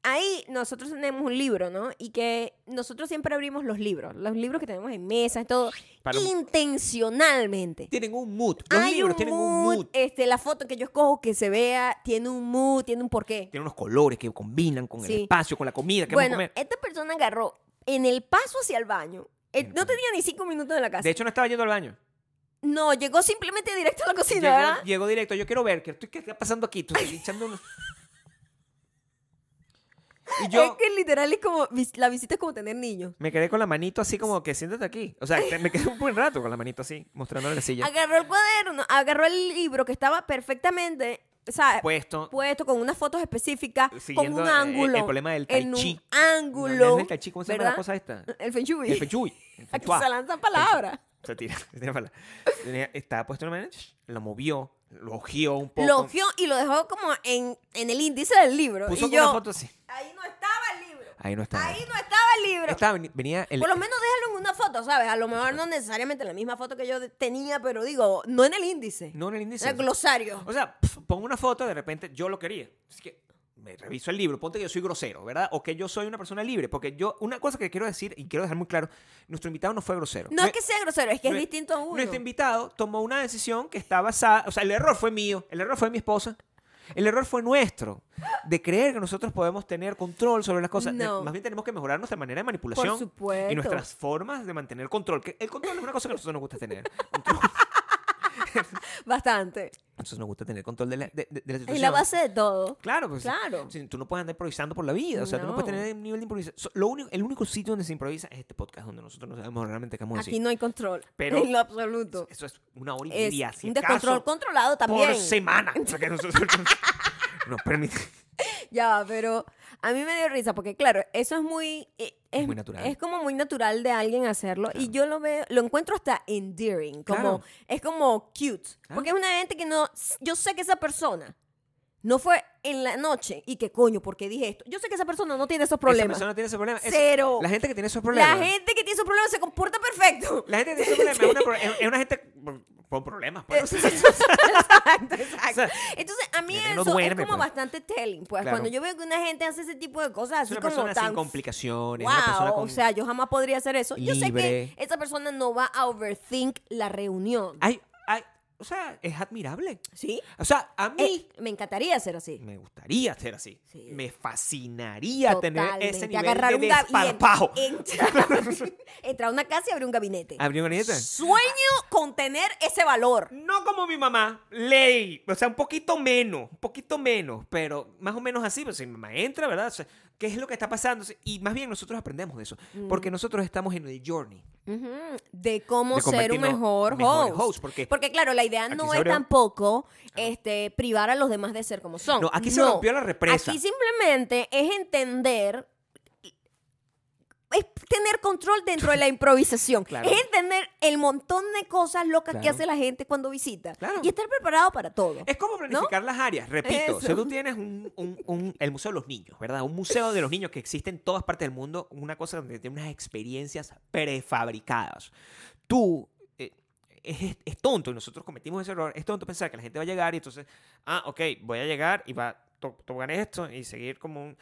ahí nosotros tenemos un libro, ¿no? Y que nosotros siempre abrimos los libros, los libros que tenemos en mesa y todo,
Para un-
intencionalmente.
tienen un mood. Los
Hay
libros
un
tienen
mood,
un mood.
Este, la foto que yo escojo que se vea tiene un mood, tiene un porqué.
Tienen unos colores que combinan con el
Sí.
espacio, con la comida que
Bueno,
vamos a comer.
esta persona agarró en el paso hacia el baño. Él no tenía ni cinco minutos en la casa.
De hecho, no estaba yendo al baño.
no, llegó simplemente directo a la cocina,
llegó,
¿verdad?
llegó directo. Yo quiero ver, ¿qué, tú- qué está pasando aquí? Tú estás echando unos- Y yo
Es que literal es como, vis- la visita es como tener niños.
me quedé con la manito así como que siéntate aquí. O sea, te- me quedé un buen rato con la manito así, mostrándole la silla.
Agarró el cuaderno, agarró el libro que estaba perfectamente, o sea,
Puesto.
puesto con unas fotos específicas, con
Siguiendo,
un
eh,
ángulo.
el problema del tai
en un
chi.
ángulo.
No, es el tai chi, ¿Cómo se llama la
¿verdad?
cosa esta?
El feng shui.
El feng shui. El feng
Aquí
shui.
se lanzan palabras.
Se tira, se tira para la- tenía- Estaba puesto en una manera, lo movió, lo ojió un poco.
Lo ojeó y lo dejó como en, en el índice del libro.
Puso
y
como
yo,
una foto así.
ahí no estaba el libro.
Ahí no estaba.
Ahí no estaba el libro.
Estaba- venía el,
Por lo menos déjalo en una foto, ¿sabes? A lo mejor no necesariamente en la misma foto que yo de- tenía, pero digo, no en el índice.
No en el
en
índice.
el glosario.
O sea, pf, pongo una foto, de repente yo lo quería. Así que, me reviso el libro, ponte que yo soy grosero, ¿verdad? O que yo soy una persona libre, porque yo, una cosa que quiero decir y quiero dejar muy claro, nuestro invitado no fue grosero.
No
Me-
es que sea grosero, es que es
Nue-
distinto a uno.
Nuestro invitado tomó una decisión que está basada, o sea, el error fue mío, el error fue de mi esposa, el error fue nuestro, de creer que nosotros podemos tener control sobre las cosas. De-
No.
Más bien tenemos que mejorar nuestra manera de
Por
manipulación
supuesto.
y nuestras formas de mantener control. Que el control es una cosa que a nosotros nos gusta tener. Control-
Bastante.
a nosotros nos gusta tener control de la, de- de- de la situación.
Es la base de todo.
Claro, pues,
Claro.
si- tú no puedes andar improvisando por la vida, o sea, tú no puedes
No.
tener un nivel de improvisación. So- Lo único, el único sitio donde se improvisa es este podcast, donde nosotros no sabemos realmente qué vamos a
Aquí
decir.
no hay control.
Pero-
en lo absoluto.
Eso es una hora y
Es
media, si
un descontrol
acaso.
controlado también.
por semana. Porque nosotros nos permite.
Ya, va, pero a mí me dio risa porque, claro, eso es muy... eh, Es,
muy natural.
es como muy natural de alguien hacerlo y yo lo veo, lo encuentro hasta endearing, como
Claro.
es como cute, porque es una gente que no, yo sé que esa persona no fue en la noche y que coño, porque dije esto, yo sé que esa persona no tiene esos
Esa
problemas,
persona tiene ese problema. Es-
Cero.
la gente que tiene esos
la
problemas.
gente que tiene esos problemas se comporta perfecto,
la gente que tiene esos problemas es una, pro- es- es una gente con- con problemas. pues.
Exacto, exacto.
O sea,
Entonces, a mí
la gente
eso
no
es
duerme,
como
pues.
bastante telling. Pues
Claro.
cuando yo veo que una gente hace ese tipo de cosas
es
así
una
como
persona
tan.
sin complicaciones.
wow,
una persona con-
o sea, yo jamás podría hacer eso. Yo sé que
Libre.
esa persona no va a overthink la reunión.
Hay- hay- o sea, es admirable.
¿Sí?
O sea, a mí
Eh, me encantaría ser así.
me gustaría ser así.
Sí.
Me fascinaría tener
Totalmente.
ese nivel
Agarrar
de
un gab- y en-
desparpajo.
entrar, entrar a una casa y abrir un gabinete.
¿Abrió una galleta?
Sueño con tener ese valor.
No como mi mamá, ley. O sea, un poquito menos, un poquito menos, pero más o menos así. Pues si mi mamá entra, ¿verdad? O sea, ¿Qué es lo que está pasando? O sea, Y más bien nosotros aprendemos de eso,
Mm.
porque nosotros estamos en el journey.
Ujú, De cómo
De
ser un
convertirnos
mejor,
mejor
host.
host, porque-
claro, la idea
Aquí
no
se
es
abrió-
tampoco este, privar a los demás de ser como son.
No, aquí se rompió la represa.
Aquí simplemente es entender. Es tener control dentro de la improvisación.
Claro.
Es entender el montón de cosas locas que
Claro.
hace la gente cuando visita.
Claro.
Y estar preparado para todo.
Es como planificar las áreas, repito.
Eso.
Si tú tienes un, un- un- el Museo de los Niños, ¿verdad? Un museo de los niños que existe en todas partes del mundo, una cosa donde tiene unas experiencias prefabricadas. Tú, eh, es, es tonto, y nosotros cometimos ese error, es tonto pensar que la gente va a llegar y entonces, ah, ok, voy a llegar y va a to- tocar esto y seguir como un...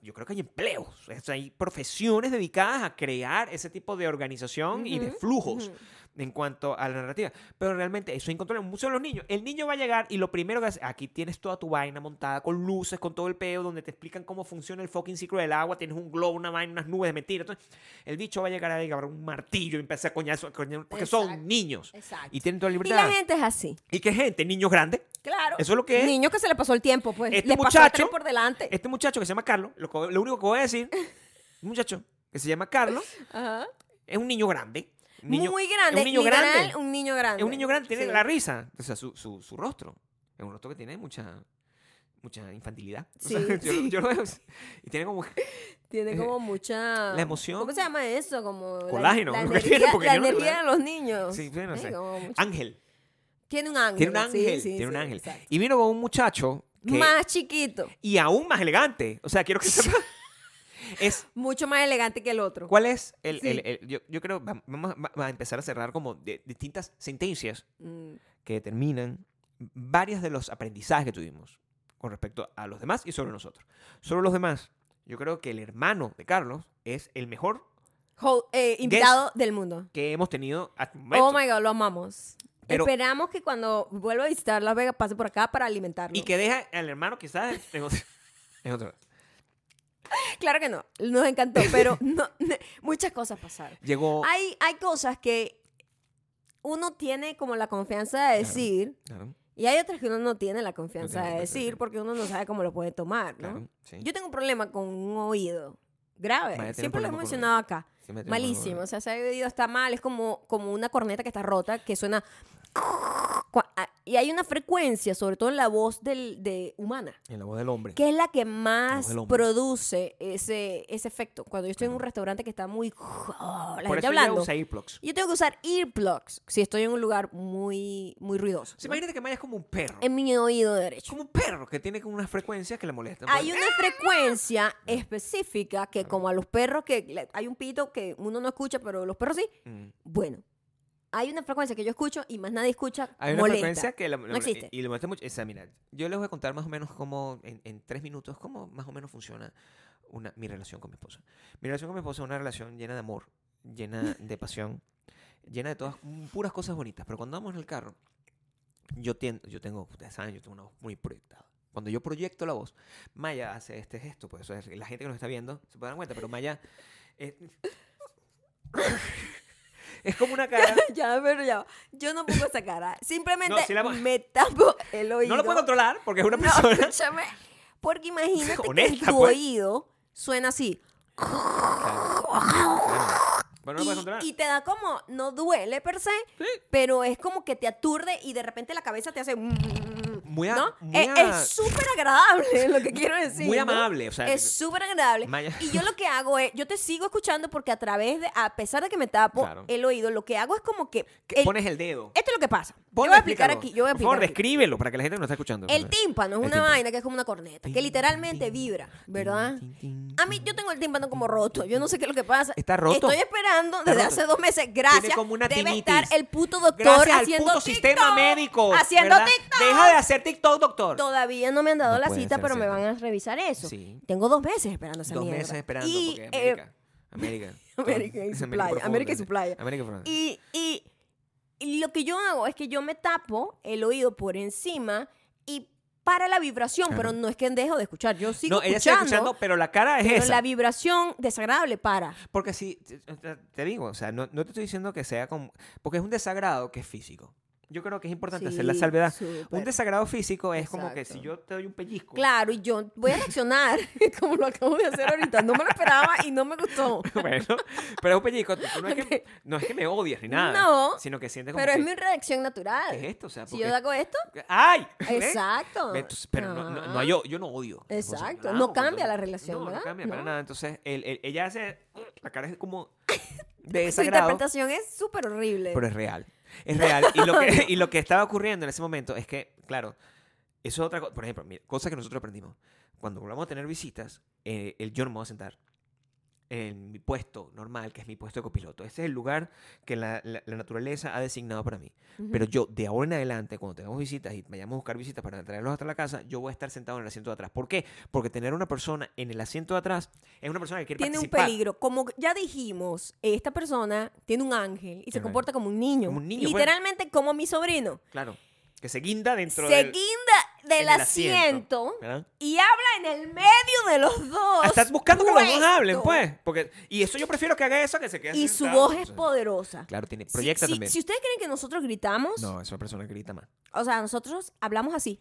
Yo creo que hay empleos, o sea, hay profesiones dedicadas a crear ese tipo de organización y de
Ujú,
flujos
ujú.
en cuanto a la narrativa. Pero realmente eso es incontrolable. Un museo de los niños. El niño va a llegar y lo primero que hace, aquí tienes toda tu vaina montada con luces, con todo el peo, donde te explican cómo funciona el fucking ciclo del agua. Tienes un globo, una vaina, unas nubes de mentira. Entonces, el bicho va a llegar a llegar un martillo y empieza a coñazo, a coñazo, porque
Exacto.
son niños.
Exacto.
Y tienen toda la
Y
libertad.
la gente es así.
¿Y qué gente? Niños grandes.
Claro.
Eso es lo que es.
Niño que se le pasó el tiempo, pues.
Este
le pasó el
muchacho-
tren por delante.
Este muchacho que se llama Carlos, lo, co- lo único que voy a decir, un muchacho que se llama Carlos,
Ajá.
es un niño grande. Un niño-
muy grande.
Es un niño
literal,
grande.
Un niño grande.
Es un niño grande, tiene
Sí.
la risa. O sea, su, su, su rostro. Es un rostro que tiene mucha mucha infantilidad. O sea,
Sí,
yo,
sí.
yo lo veo. así. Y tiene como.
Tiene como mucha...
la emoción.
¿Cómo se llama eso? Como la-
Colágeno,
La,
creo que
energía,
tiene, porque
la
yo no-
energía de los niños.
Sí, sí, no
Ay,
sé.
como mucho-
Ángel.
Tiene un ángel.
Tiene un
sí,
ángel.
sí,
tiene un
sí,
ángel.
exacto.
Y vino con un muchacho. Que,
Más chiquito.
Y aún más elegante. O sea, quiero que sepa. es,
Mucho más elegante que el otro.
¿Cuál es el.
Sí.
el- el- yo, yo creo. va- Vamos a- va a empezar a cerrar como de- distintas sentencias
Mm,
que determinan varios de los aprendizajes que tuvimos con respecto a los demás y sobre nosotros. Sobre los demás, yo creo que el hermano de Carlos es el mejor
jo- eh, invitado del mundo.
que hemos tenido hasta el momento.
Oh my God, lo amamos.
Pero-
Esperamos que cuando vuelva a visitar Las Vegas pase por acá para alimentarlo.
y que deja al hermano quizás en otro- en otro-
Claro que no, nos encantó, pero no- muchas cosas pasaron.
Llegó...
Hay, hay cosas que uno tiene como la confianza de
Claro.
decir
Claro,
y hay otras que uno no tiene la confianza
No tiene
de
la confianza,
decir
sí.
porque uno no sabe cómo lo puede tomar, ¿no?
claro, sí.
Yo tengo un problema con un oído grave.
Vaya, tiene un
Siempre lo he
problema con el
mencionado acá.
Sí, me tengo
Malísimo.
algo-
O sea, ese oído está mal. Es como, como una corneta que está rota, que suena... cua- a- Y hay una frecuencia, sobre todo en la voz del, de humana,
En la voz del hombre.
que es la que
voz
más
del hombre.
produce ese, ese efecto. Cuando yo estoy en un restaurante que está muy... oh, la gente
Por eso
hablando.
ella usa earplugs.
Yo tengo que usar earplugs si estoy en un lugar muy, muy ruidoso.
O sea,
¿no?
imagínate que Maya es como un perro.
En mi oído derecho.
Como un perro que tiene como unas frecuencias que le molestan.
Hay
Pues,
una frecuencia específica que como a los perros que le- hay un pito que uno no escucha, pero los perros sí.
mm,
Bueno, hay una frecuencia que yo escucho y más nadie escucha.
Hay una
molesta.
frecuencia que la- la-
No existe.
Y, y lo molesta mucho. Esa, mira, yo les voy a contar más o menos cómo, en, en tres minutos, cómo más o menos funciona una, mi relación con mi esposa. Mi relación con mi esposa es una relación llena de amor, llena de pasión, llena de todas mm, puras cosas bonitas. Pero cuando vamos en el carro, yo, tien- yo tengo, ustedes saben, yo tengo una voz muy proyectada. Cuando yo proyecto la voz, Maya hace este gesto, pues o sea, la gente que nos está viendo se puede dar cuenta, pero Maya es, es como una cara.
ya, pero ya. va. Yo no pongo esa cara. Simplemente
sí la pon-
me tapo el oído.
No lo puedo controlar porque es una
No,
persona.
escúchame. Porque imagínate
Honesta,
que tu
pues.
oído suena así.
Claro. Claro. Pero no lo
y,
puedes controlar.
y te da como, no duele per se,
Sí.
pero es como que te aturde y de repente la cabeza te hace...
Muy a-
¿no? E-,
muy
es
a-
es súper agradable lo que quiero decir.
Muy
¿no?
amable, o sea,
Es súper agradable.
Maya-
Y yo lo que hago es, yo te sigo escuchando porque a través de, a pesar de que me tapo
Claro.
el oído, lo que hago es como que...
que
el-
pones el dedo.
Esto es lo que pasa. Yo
Ponlo,
voy a explicar
explícalo.
aquí. Yo voy a
Por favor,
explicar aquí.
descríbelo para que la gente no está escuchando.
El tímpano es
El
una
tímpano.
vaina que es como una corneta, que
Tin,
literalmente
tin,
vibra, ¿verdad?
tin, tin,
A mí yo tengo el tímpano como roto, yo no sé qué es lo que pasa.
¿Está roto?
Estoy esperando
Está
desde
roto.
hace dos meses, gracias.
como una
Debe
tinnitus.
estar el puto doctor
Gracias al
haciendo
puto sistema
TikTok,
médico.
haciendo
¿verdad?
TikTok.
Deja de hacer TikTok, doctor.
Todavía no me han dado
No
la
puede
cita,
ser,
pero me
¿cierto?
van a revisar eso.
Sí.
Tengo dos meses esperando esa
Dos
mierda.
meses esperando
Y,
porque
eh,
América. América.
América y su
América
playa,
profunda,
América y su
sí.
playa.
América profunda.
Y, y- y lo que yo hago es que yo me tapo el oído por encima y para la vibración,
Claro.
pero no es que dejo de escuchar. Yo sigo
No, ella sigue
escuchando,
escuchando, pero la cara es
pero
esa.
la vibración desagradable para.
Porque si, te- te te digo, o sea, no, no te estoy diciendo que sea como... Porque es un desagrado que es físico. Yo creo que es importante hacer la
Sí,
salvedad. Un
súper.
desagrado físico es como que si
Exacto.
yo te doy un pellizco.
Claro, y yo voy a reaccionar como lo acabo de hacer ahorita. No me lo esperaba y no me gustó.
bueno, pero es un pellizco. tú- tú No, es que, no es que me odies ni nada.
No,
Sino que sientes como
Pero es
que,
mi reacción natural.
¿qué es esto? O sea,
si
porque-
yo hago esto,
¡Ay! ¿Ves?
exacto. Ah.
Ve, entonces, Pero no, no, no
Ajá.
hay- yo, yo no odio. a mi esposa,
Exacto,
yo la
no
amo,
cambia
yo-
la relación,
no,
¿verdad?
No cambia para
No.
nada. Entonces, el- el- ella hace... La cara es como... De
Su
desagrado.
interpretación es súper horrible.
Pero es real. Es real. Y lo, que, y lo que estaba ocurriendo en ese momento es que, claro, eso es otra cosa. Por ejemplo, mira, cosa que nosotros aprendimos. Cuando volvamos a tener visitas, eh, el, yo no me voy a sentar en mi puesto normal, que es mi puesto de copiloto. Ese es el lugar que la, la- la naturaleza ha designado para mí.
Ujú.
Pero yo, de ahora en adelante, cuando tengamos visitas y vayamos a buscar visitas para traerlos hasta la casa, yo voy a estar sentado en el asiento de atrás. ¿Por qué? Porque tener una persona en el asiento de atrás es una persona que quiere
tiene un
participar.
peligro. Como ya dijimos, esta persona tiene un ángel y se
Ajá.
comporta como un niño.
Como un niño,
Literalmente como mi sobrino.
Claro. Que se guinda dentro
se
del...
guinda
en el
del
asiento,
asiento,
¿verdad?
y habla en el medio de los dos.
Estás buscando que los dos
puestos.
hablen, pues. Porque, y eso yo prefiero que haga eso que se quede
Y su
sentado.
voz es
O sea,
poderosa.
Claro, tiene,
Si-
proyecta
si,
también.
si ustedes creen que nosotros gritamos,
no, es una persona que grita más.
o sea, nosotros hablamos así.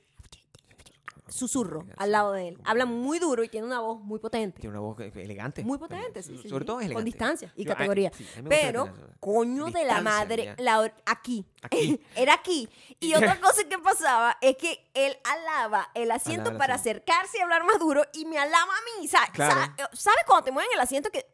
Susurro al lado de él. Habla muy duro y tiene una voz muy potente.
Tiene una voz que- que elegante.
Muy potente, sí, sí,
Sobre
sí.
todo es elegante.
Con distancia y
Yo, ah,
categoría.
sí, a mí me gusta
Pero,
la categoría.
coño de la
Distancia,
madre,
mira.
la or- aquí.
Aquí.
Era aquí. Y otra cosa que pasaba es que él alaba el asiento
Alaba el
para
asiento.
acercarse y hablar más duro y me alaba a mí. ¿Sabes
Claro.
¿Sabes cuando te mueven el asiento que...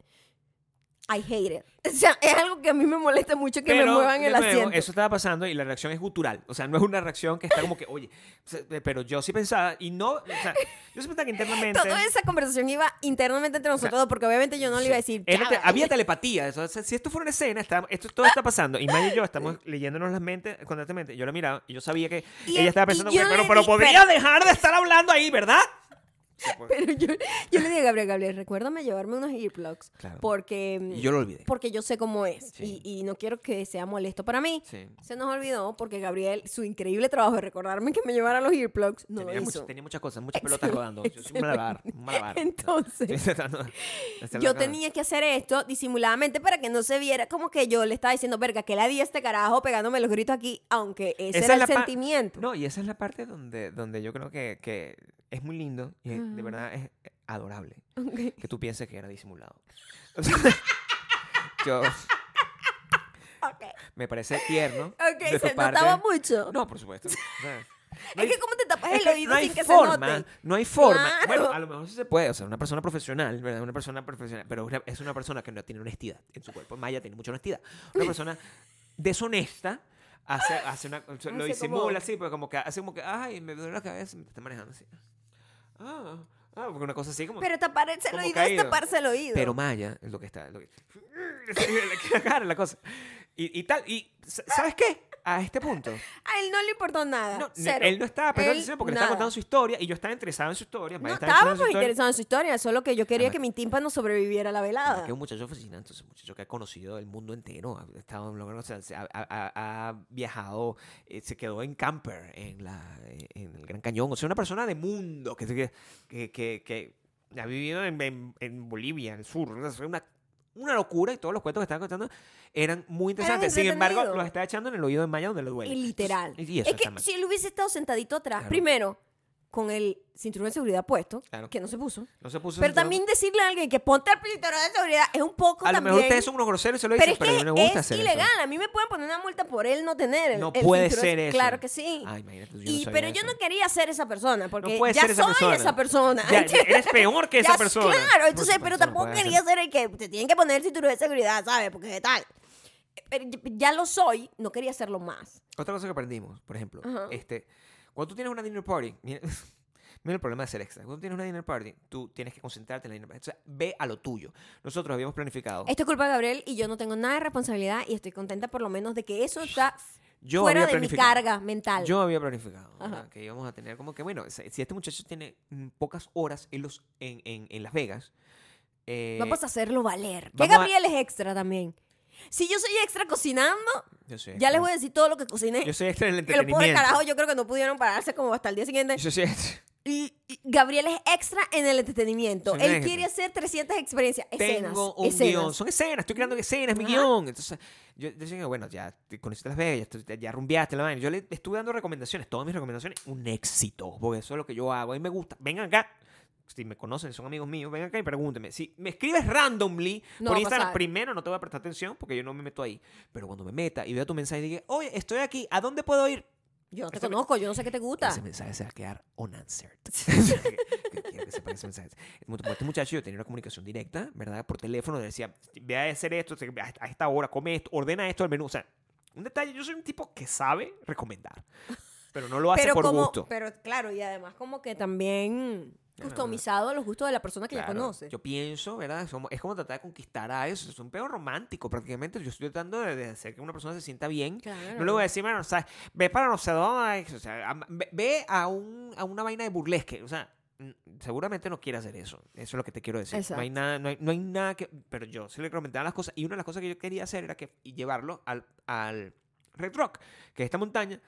I hate it. O sea, es algo que a mí me molesta mucho que me
Pero,
muevan
de
el
nuevo,
asiento.
Eso estaba pasando y la reacción es gutural. O sea, no es una reacción que está como que, oye, se- pero yo sí pensaba, y no, o sea, yo sí pensaba que internamente.
Toda esa conversación iba internamente entre nosotros dos, porque obviamente yo no le iba a decir.
Era
"Ya
te-
va".
había telepatía. eso, o sea, si esto fuera una escena, está- esto todo está pasando. Y Maya y yo estamos leyéndonos las mentes constantemente. Yo la miraba y yo sabía que
Y
ella
él-
estaba pensando,
y yo
"Bueno, pero,
le
pero
di-
podría dejar de estar hablando ahí, ¿verdad?
Pero yo, yo le dije a Gabriel, Gabriel, recuérdame llevarme unos earplugs.
Claro.
Porque,
Y yo lo olvidé.
porque yo sé cómo es.
Sí.
Y, y no quiero que sea molesto para mí.
Sí.
Se nos olvidó porque Gabriel, su increíble trabajo de recordarme que me llevara los earplugs, no
tenía,
lo
muchas-
hizo.
tenía muchas cosas, muchas pelotas rodando. Yo soy un
excelente.
malabar, un malabar.
Entonces,
Estoy tratando de hacer la
Yo
cara.
tenía que hacer esto disimuladamente para que no se viera como que yo le estaba diciendo, verga, que la di este carajo pegándome los gritos aquí, aunque ese era
Esa es la
el
pa-
sentimiento.
No, y esa es la parte donde, donde yo creo que, que es muy lindo y es- de
Ajá.
verdad es adorable
Ok.
que tú pienses que era disimulado. O sea, yo,
Ok,
me parece tierno.
ok,
de tu
se
parte.
notaba mucho.
No, por supuesto. O sea, no hay-
es que como te tapas
es
el
que
oído
no hay
sin que
forma,
se note.
No hay forma.
Claro.
Bueno, a lo mejor sí se puede. O sea, una persona profesional, ¿verdad? Una persona profesional. Pero una- es una persona que no tiene honestidad en su cuerpo. Maya tiene mucha honestidad. Una persona deshonesta hace, hace una, o sea, lo
Hace
disimula
como-
así, pero como que hace como que, ay, me duele la cabeza, me está manejando así. Ah, ah, porque una cosa así como.
Pero taparse el
Como
oído es
caído.
taparse el oído.
Pero Maya es lo que está. Lo que, la cara, la cosa. Y, y tal. Y sa- ¿sabes qué? A este punto.
A él no le importó nada.
no, ni-
Ah, cero.
él no estaba prestando
Él,
atención porque le
nada.
estaba contando su historia y yo estaba interesado en su historia.
No
Maya estaba interesada en su
estábamos
historia.
interesados en su historia, solo que yo quería
Además-
que mi tímpano sobreviviera a la
Que
velada.
es un muchacho fascinante, es un muchacho que ha conocido el mundo entero, ha estado en lugares, o sea, se- ha, ha- ha viajado, eh, se quedó en camper en, la, eh, en el Gran Cañón, o sea, una persona de mundo que, que, que, que- que ha vivido en, en- en Bolivia, en el sur, o sea, una, una locura y todos los cuentos que estaba contando eran muy interesantes. Sin embargo,
entretenidos.
los está echando en el oído de Maya donde le duele.
Y literal.
Entonces, y eso
es que
está mal.
si él hubiese estado sentadito atrás,
Claro.
primero, con el cinturón de seguridad puesto,
Claro.
que no se puso.
No se puso
Pero
sentado.
también decirle a alguien que ponte el cinturón de seguridad es un poco
a lo
también.
mejor ustedes son unos groseros y se lo
pero
dicen,
es
pero a mí
que
no me gusta
es
hacer eso.
ilegal. A mí me pueden poner una multa por él no tener el,
No
el
puede
cinturón.
ser eso.
Claro que sí.
Ah, imagínate, yo no
y,
sabía
pero yo
eso.
no quería ser esa persona porque
puedes
ya
ser esa
soy
persona.
esa persona.
Ya, ya eres peor que esa
Ya,
persona.
Claro,
Por
entonces, pero
supuesto, no
tampoco
puedes
quería
hacer-
ser el que te tienen que poner el cinturón de seguridad, ¿sabes? Porque qué tal. Pero ya- ya lo soy, no quería serlo más.
Otra cosa que aprendimos, por ejemplo,
Ajá.
este, cuando tú tienes una dinner party, mira, mira el problema de ser extra. Cuando tú tienes una dinner party, tú tienes que concentrarte en la dinner party. O sea, ve a lo tuyo. Nosotros habíamos planificado.
Esto es culpa de Gabriel y yo no tengo nada de responsabilidad y estoy contenta por lo menos de que eso está
Yo
fuera
había
de mi
planificado.
carga mental.
Yo había planificado
Ajá.
¿verdad? que íbamos a tener como que, bueno, si si este muchacho tiene mm, pocas horas en, los, en, en, en Las Vegas, eh,
Vamos a hacerlo valer. Que
vamos a-
Gabriel es extra también. Si yo soy extra cocinando,
yo
ya
soy extra.
les voy a decir todo lo que cociné.
Yo soy extra en el
Que los pobres
entretenimiento.
carajos yo creo que no pudieron pararse como hasta el día siguiente.
Yo soy extra.
Y, y Gabriel es extra en el entretenimiento.
Soy un
Él
extra.
quiere hacer 300 experiencias. Escenas.
tengo un
escenas.
guión. Son escenas, estoy creando escenas, mi
Ajá.
guión. Entonces, yo yo decía, bueno, ya te conociste Las Vegas, ya, te- ya rumbeaste la vaina. Yo le estuve dando recomendaciones, todas mis recomendaciones, un éxito, porque eso es lo que yo hago. A mí me gusta. Vengan acá. Si me conocen, son amigos míos, vengan acá y pregúntenme. Si me escribes randomly
No va
por
a
Instagram,
pasar.
primero no te voy a prestar atención porque yo no me meto ahí. Pero cuando me meta y vea tu mensaje y diga, oye, estoy aquí, ¿a dónde puedo ir?
Yo no te
Ese me-
conozco, yo no sé qué te gusta.
Ese mensaje se va a quedar unanswered. Que- que quiero que sepan ese mensaje. Este mu- este muchacho yo tenía una comunicación directa, ¿verdad? Por teléfono, le decía, ve a hacer esto, se- a a esta hora, come esto, ordena esto al menú. O sea, un detalle, yo soy un tipo que sabe recomendar, pero no lo hace
Pero
por
como,
gusto.
pero claro, y además como que también
no, no.
customizado a los gustos de la persona que ya
Claro,
conoce.
Yo pienso, ¿verdad? Somos- es como tratar de conquistar a eso. Es un pedo romántico, prácticamente. Yo estoy tratando de, de hacer que una persona se sienta bien.
Claro.
No le voy a decir, bueno, o sea, ve para no sé dónde, o sea, am- ve, ve a, un, a una vaina de burlesque. O sea, mm, seguramente no quiere hacer eso. Eso es lo que te quiero decir. No hay
Exacto.
nada, no hay, no hay nada que. Pero yo sí le comentaba las cosas. Y una de las cosas que yo quería hacer era que y llevarlo al, al Red Rock, que es esta montaña,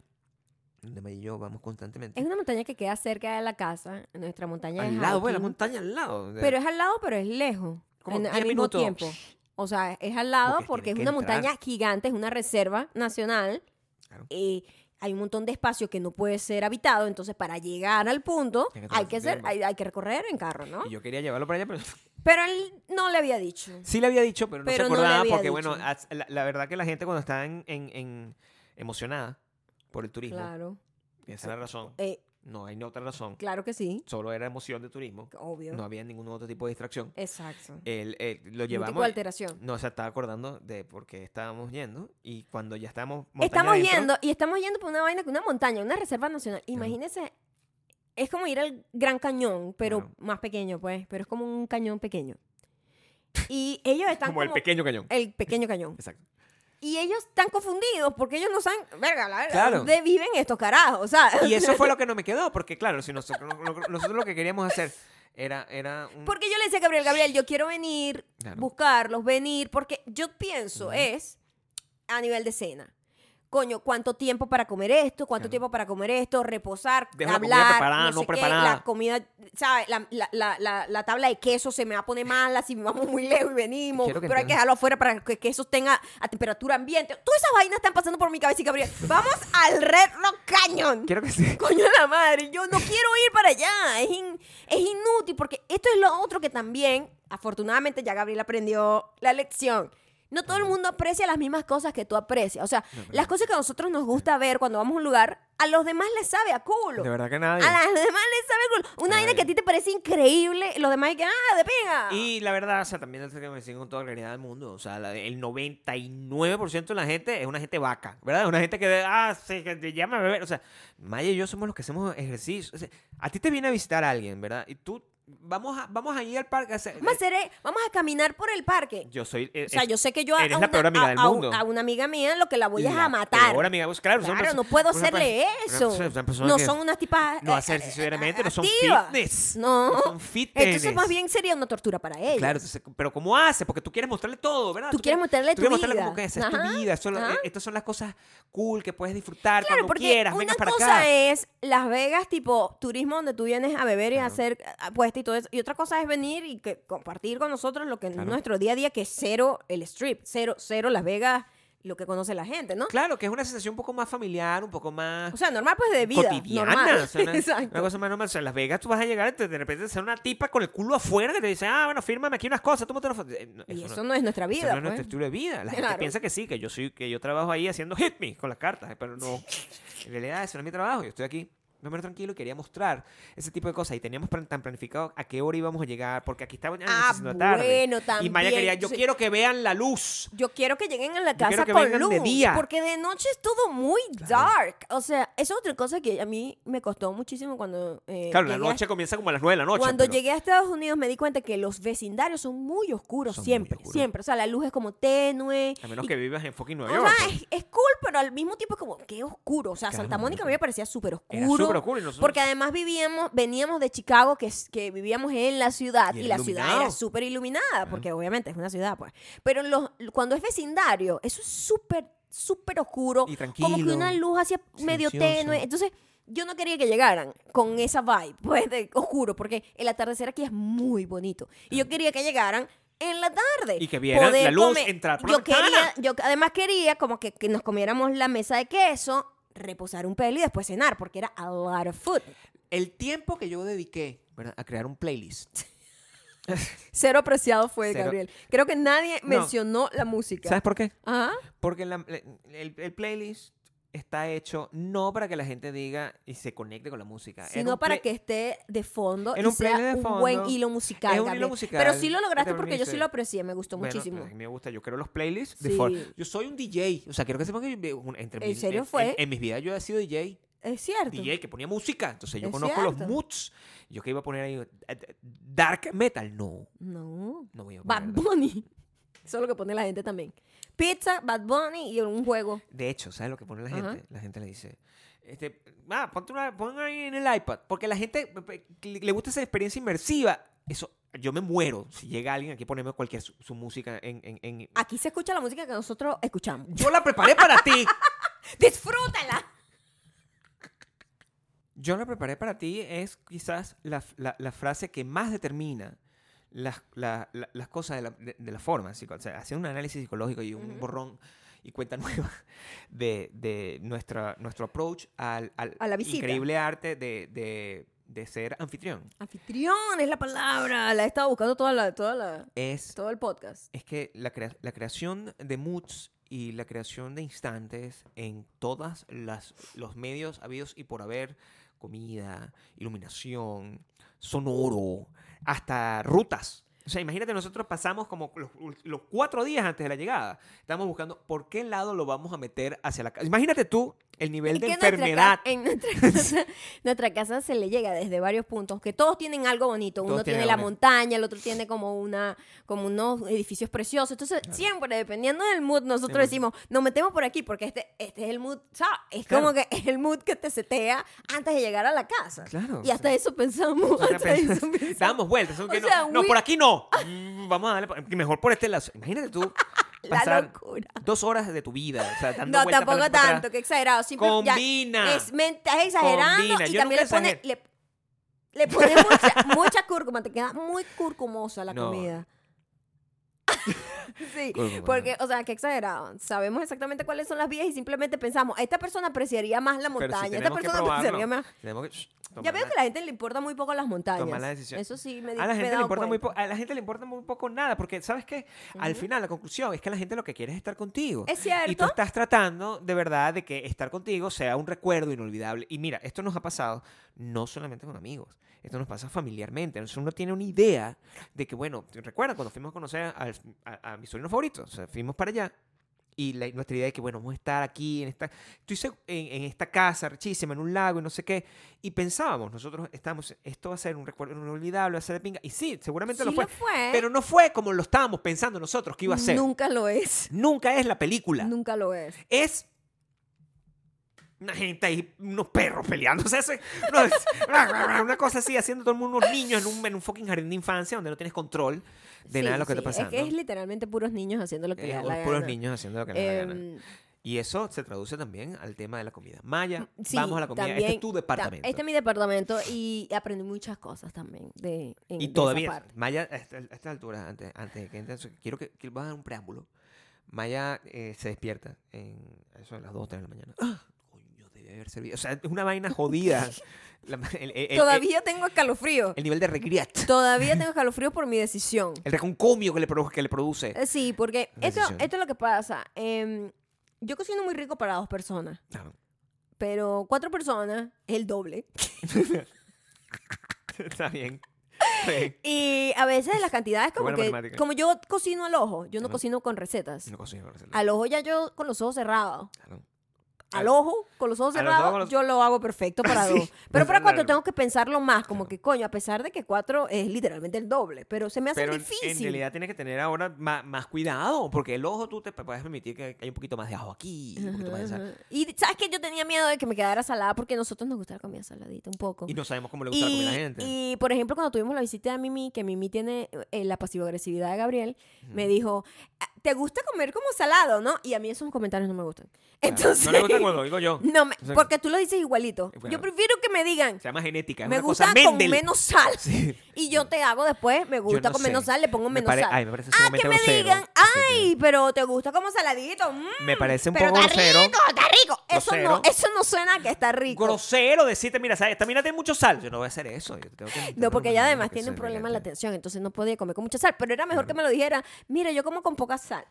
donde May y yo vamos constantemente.
Es una montaña que queda cerca de la casa, nuestra montaña de
al lado, bueno, la
hiking.
montaña al lado.
Pero es al lado, pero es lejos.
Como
en-
10
al mismo
minutos.
tiempo. O sea, es al lado
Porque
porque, es
tienes
una
que entrar.
montaña gigante, es una reserva nacional.
Claro.
Eh, hay un montón de espacio que no puede ser habitado, entonces para llegar al punto
Tienes que
hay
tomarte
que
tu
ser,
tiempo.
hay, hay que recorrer en carro, ¿no?
Y yo quería llevarlo para allá, pero
Pero él no le había dicho.
Sí le había dicho, pero no
Pero
se
no le
acordaba
había
porque, bueno,
dicho.
as- la, la verdad que la gente cuando está en, en- en- emocionada por el turismo,
Claro.
y esa es la razón,
Eh,
no hay otra razón,
claro que sí,
solo era emoción de turismo,
obvio.
no había ningún otro tipo de distracción.
Exacto.
El- el- lo
Ningún tipo de
llevamos...
alteración.
No, se estaba acordando de por qué estábamos yendo y cuando ya estábamos... montaña
Estamos
adentro,
yendo y estamos yendo por una vaina, una montaña, una reserva nacional. Imagínense, es como ir al Gran Cañón, pero
Claro.
más pequeño, pues, pero es como un cañón pequeño. Y ellos están
Como,
como, Eh.
el pequeño cañón.
el pequeño cañón.
Exacto.
Y ellos están confundidos porque ellos no saben, verga, la,
Claro.
¿dónde viven estos carajos? ¿sabes?
Y eso fue lo que no me quedó, porque claro, si nosotros, nosotros lo que queríamos hacer era, era un...
Porque yo le decía a Gabriel, Gabriel, yo quiero venir,
Claro.
buscarlos, venir, porque yo pienso
Ujú.
es a nivel de cena. Coño, ¿cuánto tiempo para comer esto? ¿Cuánto
Claro.
tiempo para comer esto? Reposar,
Deja la comida
hablar,
preparada,
no, sé
no
qué,
preparada.
la comida, ¿sabes? La, la- la- la- la tabla de queso se me va a poner mala si vamos muy lejos y venimos,
Quiero
pero
que
hay que
entiendas-
dejarlo afuera para que, que eso tenga a temperatura ambiente. Todas esas vainas están pasando por mi cabeza y Gabriel, vamos al Red Rock Canyon.
Quiero que sí.
Coño de la madre, yo no quiero ir para allá. Es, in- es inútil porque esto es lo otro que también, afortunadamente, ya Gabriel aprendió la lección. No todo el mundo aprecia las mismas cosas que tú aprecias. O sea, las cosas que a nosotros nos gusta ver cuando vamos a un lugar, a los demás les sabe a culo.
De verdad que nadie.
A las demás les sabe a culo. Una
Ay.
vaina que a ti te parece increíble, los demás dicen, ah, de pinga.
Y la verdad, o sea, también es que me dicen con toda la realidad del mundo. O sea, la- el 99% de la gente es una gente vaca, ¿verdad? Es una gente que, ah, se que te llama a beber. O sea, Maya y yo somos los que hacemos ejercicio. O sea, a ti te viene a visitar alguien, ¿verdad? Y tú Vamos a, vamos a ir al parque. o sea,
Vamos a, hacer, eh, vamos a caminar por el parque.
yo soy. eh,
O sea, yo sé que yo a,
eres
a
la
una-
peor amiga
a-
del
a un-
mundo.
a una amiga mía lo que la voy es
La
a matar.
peor amiga, pues, claro, son
Claro,
perso-
no puedo
una
hacerle
perso-
eso.
una persona
No
que
son unas tipas.
No
eh,
hacer ejercicio
eh,
diariamente, no son
activas.
fitness.
No.
son fitness.
Entonces, más bien sería una tortura para ella.
Claro, entonces, pero ¿cómo hace? Porque tú quieres mostrarle todo, ¿verdad?
Tú quieres mostrarle
tú
tu
quieres mostrarle como
vida.
que esa es
Ajá,
tu vida. eso es lo-
ajá.
eh, estas son las cosas cool que puedes disfrutar
Claro,
cuando
porque
quieras.
una
vengas para
cosa
acá.
es Las Vegas, tipo turismo donde tú vienes a beber y a
Claro.
hacer eh, apuestas y todo eso. Y otra cosa es venir y que, compartir con nosotros lo que es
Claro.
nuestro día a día, que es cero el strip, cero, cero Las Vegas, lo que conoce la gente, ¿no?
Claro, que es una sensación un poco más familiar, un poco más
O sea, normal pues de vida.
cotidiana.
normal.
o sea, una,
Exacto.
una cosa más normal. O sea, en Las Vegas tú vas a llegar y te- de repente ser una tipa con el culo afuera que te dice, ah, bueno, fírmame aquí unas cosas, tómate una foto. Eh, no,
y
no-
eso no es nuestra
Eso
vida.
no es nuestro
pues.
estilo de vida. La gente
Claro.
piensa que sí, que yo soy, que yo trabajo ahí haciendo hit me con las cartas, eh, pero no. En realidad ese no es mi trabajo. Yo estoy aquí me menos tranquilo y quería mostrar ese tipo de cosas. Y teníamos plan- tan planificado a qué hora íbamos a llegar, porque aquí estaba ya
Ah,
anocheciendo tarde.
bueno,
Y Maya
también,
quería, yo
sí.
quiero que vean la luz.
Yo quiero que lleguen a la
quiero
casa
que
con
vengan
luz.
de día.
Porque de noche es todo muy dark. O sea, esa es otra cosa que a mí me costó muchísimo cuando. eh,
Claro, la
llegué a-
noche comienza como a las 9 de la noche.
Cuando
pero-
llegué a Estados Unidos me di cuenta que los vecindarios son muy oscuros
Son muy
siempre,
oscuros.
siempre. O sea, la luz es como tenue.
A menos
y-
que vivas en fucking
o
Nueva York. pues.
sea, es, es cool, pero al mismo tiempo es como, qué oscuro. O sea,
Claro,
Santa Mónica a mí me parecía súper oscuro.
Era súper oscuro y nosotros-
Porque además vivíamos, veníamos de Chicago, que, es- que vivíamos en la ciudad,
Y
y,
era
la ciudad
iluminado.
era súper iluminada, porque obviamente es una ciudad, pues. Pero los, cuando es vecindario, eso es súper, súper oscuro.
Y
Como que una
tranquilo,
luz hacia medio
silencioso.
tenue. Entonces, yo no quería que llegaran con esa vibe, pues, de oscuro, porque el atardecer aquí es muy bonito. Y yo quería que llegaran en la tarde.
Y que vieran
eh, Poder
la luz entrar por la
yo quería,
ventana.
yo además quería como que, que nos comiéramos la mesa de queso, reposar un pelo y después cenar, porque era a lot of food.
El tiempo que yo dediqué ¿verdad? a crear un playlist.
Cero apreciado fue
Cero.
Gabriel. Creo que nadie
No.
mencionó la música. ¿ah?
¿Sabes por qué?
Ajá.
Porque la- la- el, el playlist está hecho no para que la gente diga y se conecte con la música. Era
Sino
un
para
play-
que esté de fondo
Era
y
un
sea
playlist de
un
fondo.
buen hilo musical,
Es un hilo
Gabriel.
musical.
Pero sí lo
Que
lograste
te
porque yo sí
permite-
lo aprecié, me gustó
Bueno, eh,
muchísimo.
a mí me gusta, yo creo los playlists. de
Sí.
for- Yo soy un DJ, o sea, quiero que sepan que yo- un- entre
¿En
mis-
serio fue?
En, en mis vidas yo he sido DJ,
Es cierto.
DJ que ponía música, entonces yo
Es
conozco los
cierto.
moods. Yo que iba a poner ahí eh, dark metal, no,
No.
no voy a
Bad
poner.
Bunny. Eso es lo que pone la gente también. Pizza, Bad Bunny y un juego.
De hecho, ¿sabes lo que pone la
Ajá.
gente? La gente le dice, este, ah, ponte una- pon ahí en el iPad, porque la gente eh, eh, le gusta esa experiencia inmersiva. Eso, yo me muero si llega alguien aquí a ponerme cualquier su, su música en, en- en-
Aquí se escucha la música que nosotros escuchamos.
Yo la preparé para ti.
¡Disfrútala!
Yo la preparé para ti es quizás la, la- la frase que más determina las, la- la- las cosas de la, de, de la forma. psico- O sea, hacer un análisis psicológico y un
Ujú.
borrón y cuenta nueva de, de nuestra, nuestro approach al, al
A la visita.
increíble arte de, de- de ser anfitrión.
Anfitrión es la palabra. La he estado buscando toda la, toda la,
Es,
todo el podcast.
es que la, crea- la creación de moods y la creación de instantes en todos los medios habidos y por haber, comida, iluminación, sonoro, hasta rutas. O sea, imagínate, nosotros pasamos como los, ul- los cuatro días antes de la llegada. Estamos buscando por qué lado lo vamos a meter hacia la casa. Imagínate tú el nivel
Y
de
que nuestra
enfermedad.
ca- en nuestra casa, nuestra casa se le llega desde varios puntos, que todos tienen algo bonito.
Todos
Uno
tienen
tiene la
algo bonito.
montaña, el otro tiene como una como unos edificios preciosos. Entonces, siempre, dependiendo del mood, nosotros
Del
decimos, nos metemos por aquí porque este, este es el mood, ¿sabes? Es
Claro.
como que es el mood que te setea antes de llegar a la casa.
Claro,
Y hasta
sí.
eso pensamos.
O sea,
hasta eso pensamos.
Damos vueltas. aunque no,
sea,
no,
we-
por aquí no. Mm, Vamos a darle por- mejor por este lado. Imagínate tú
La
pasar
locura.
dos horas de tu vida. O sea, dando
No,
vueltas para
tampoco
adelante, para
tanto,
atrás.
que exagerado. Simple, ya
Combina.
es, men- estás exagerando
Combina,
y
yo
también le
nunca
pone,
exagero.
le, le pone mucha, mucha cúrcuma, te queda muy curcumosa la
No.
comida. sí,
Cúrcuma,
porque, o sea, que exagerado. Sabemos exactamente cuáles son las vías y simplemente pensamos, esta persona apreciaría más la
Pero sí
montaña, esta
tenemos que
persona
probarlo.
apreciaría más.
Tenemos que, shh,
Ya
tomar
veo
la-
que a la gente le importa muy poco las montañas.
Toma la decisión.
Eso sí me di-
a la
me he
gente le
dado
importa muy
cuenta.
poco a la gente le importa muy poco nada porque sabes qué al final la conclusión es que la gente lo que quiere es estar contigo
Es
y tú
cierto.
estás tratando de verdad de que estar contigo sea un recuerdo inolvidable y mira esto nos ha pasado no solamente con amigos esto nos pasa familiarmente entonces uno tiene una idea de que bueno recuerda cuando fuimos a conocer al- a, a mi sobrino favorito o sea fuimos para allá Y la- nuestra idea de que, bueno, vamos a estar aquí, en esta, estoy seg- en, en esta casa rechísima, en un lago y no sé qué. Y pensábamos, nosotros estamos, esto va a ser un recuerdo inolvidable, va a ser de pinga. Y sí, seguramente lo
Sí
fue.
lo fue.
Pero no fue como lo estábamos pensando nosotros que iba a ser.
Nunca lo es.
Nunca es la película.
Nunca lo es.
Es una gente ahí, unos perros peleándose. ese- no, es- una cosa así, haciendo todo el mundo unos niños en un, en un fucking jardín de infancia donde no tienes control de
Sí,
nada de lo que
sí,
está pasando.
Es que es literalmente puros niños haciendo lo que
Eh,
les da la
puros
gana.
niños haciendo lo que les da la gana.
Em,
Y eso se traduce también al tema de la comida. Maya,
sí,
vamos a la comida. este
también,
es tu
ta-
departamento.
Este es mi departamento y aprendí muchas cosas también de en- de
y
esa
todavía,
parte.
Maya, a esta- a estas alturas, antes, antes de que entre, quiero que, que voy a dar un preámbulo. Maya eh, se despierta en a eso de las 2 3 de la mañana. ¡Ah! Coño, debe haber servido. O sea, es una vaina jodida. La ma- el, el- el-
Todavía tengo escalofrío.
el nivel de regret.
Todavía tengo escalofrío por mi decisión.
El reconcomio que le, produ- que le produce.
Eh, Sí, porque
La
esto,
decisión.
esto es lo que pasa. Em, yo cocino muy rico para dos personas,
Claro.
pero cuatro personas es el doble.
Está bien. Pues, Está bien.
Y a veces las cantidades como
buena
que...
matemática.
Como yo cocino al ojo, yo no
Ajá.
cocino con recetas.
No consigo hacerlo.
Al ojo ya yo con los ojos cerrados.
Claro.
Al ojo, con los ojos
A los ojos,
cerrados,
con los-
yo lo hago perfecto para
Sí.
dos. Pero para cuatro
Claro.
tengo que pensarlo más, como
Claro.
que coño, a pesar de que cuatro es literalmente el doble, pero se me hace
Pero en-
difícil.
en realidad tienes que tener ahora ma- más, cuidado, porque el ojo tú te puedes permitir que hay un poquito más de ajo aquí, un poquito más de sal.
Ajá. Y sabes que yo tenía miedo de que me quedara salada porque a nosotros nos gusta la comida saladita un poco.
Y no sabemos cómo le gusta la comida a la gente.
y, por ejemplo, cuando tuvimos la visita de Mimi, que Mimi tiene eh, la pasivo-agresividad de Gabriel, me dijo, "Ah, ¿te gusta comer como salado, no? Y a mí esos comentarios no me gustan. Entonces,
no le gusta cuando lo digo yo.
no me-
O sea,
porque tú lo dices igualito.
Bueno.
Yo prefiero que me digan,
Se llama genética. es
me
una
gusta
cosa
con
Mendel.
menos sal.
Sí.
Y yo te hago después, me
Yo
gusta
no
con
sé.
menos sal, le pongo
Me
menos
pare-
sal.
Ay, me parece
ah, que
sumamente
me
grosero.
digan,
Así que-
ay, pero te gusta como saladito. mm,
Me parece un
pero
poco
está
grosero.
rico, está rico. Eso no,
Grosero.
eso no suena a que está rico.
Grosero decirte, mira, ¿sabes? esta mina tiene mucho sal. Yo no voy a hacer eso. yo tengo que
No,
intentar
porque
mantener
ella además
que
tiene
soy
un problema en la
elegante.
atención, entonces no podía comer con mucha sal, pero era mejor que me lo dijera, mira, yo como con poca sal.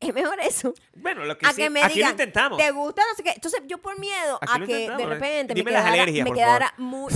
Es mejor eso.
Bueno, lo que
A
sí,
que me
aquí
digan,
lo intentamos.
¿te gusta? No sé qué. Entonces yo por miedo
Aquí
a
lo
que de
intentamos, eh.
repente me
Dime las
quedara,
alergias,
me
por
quedara muy...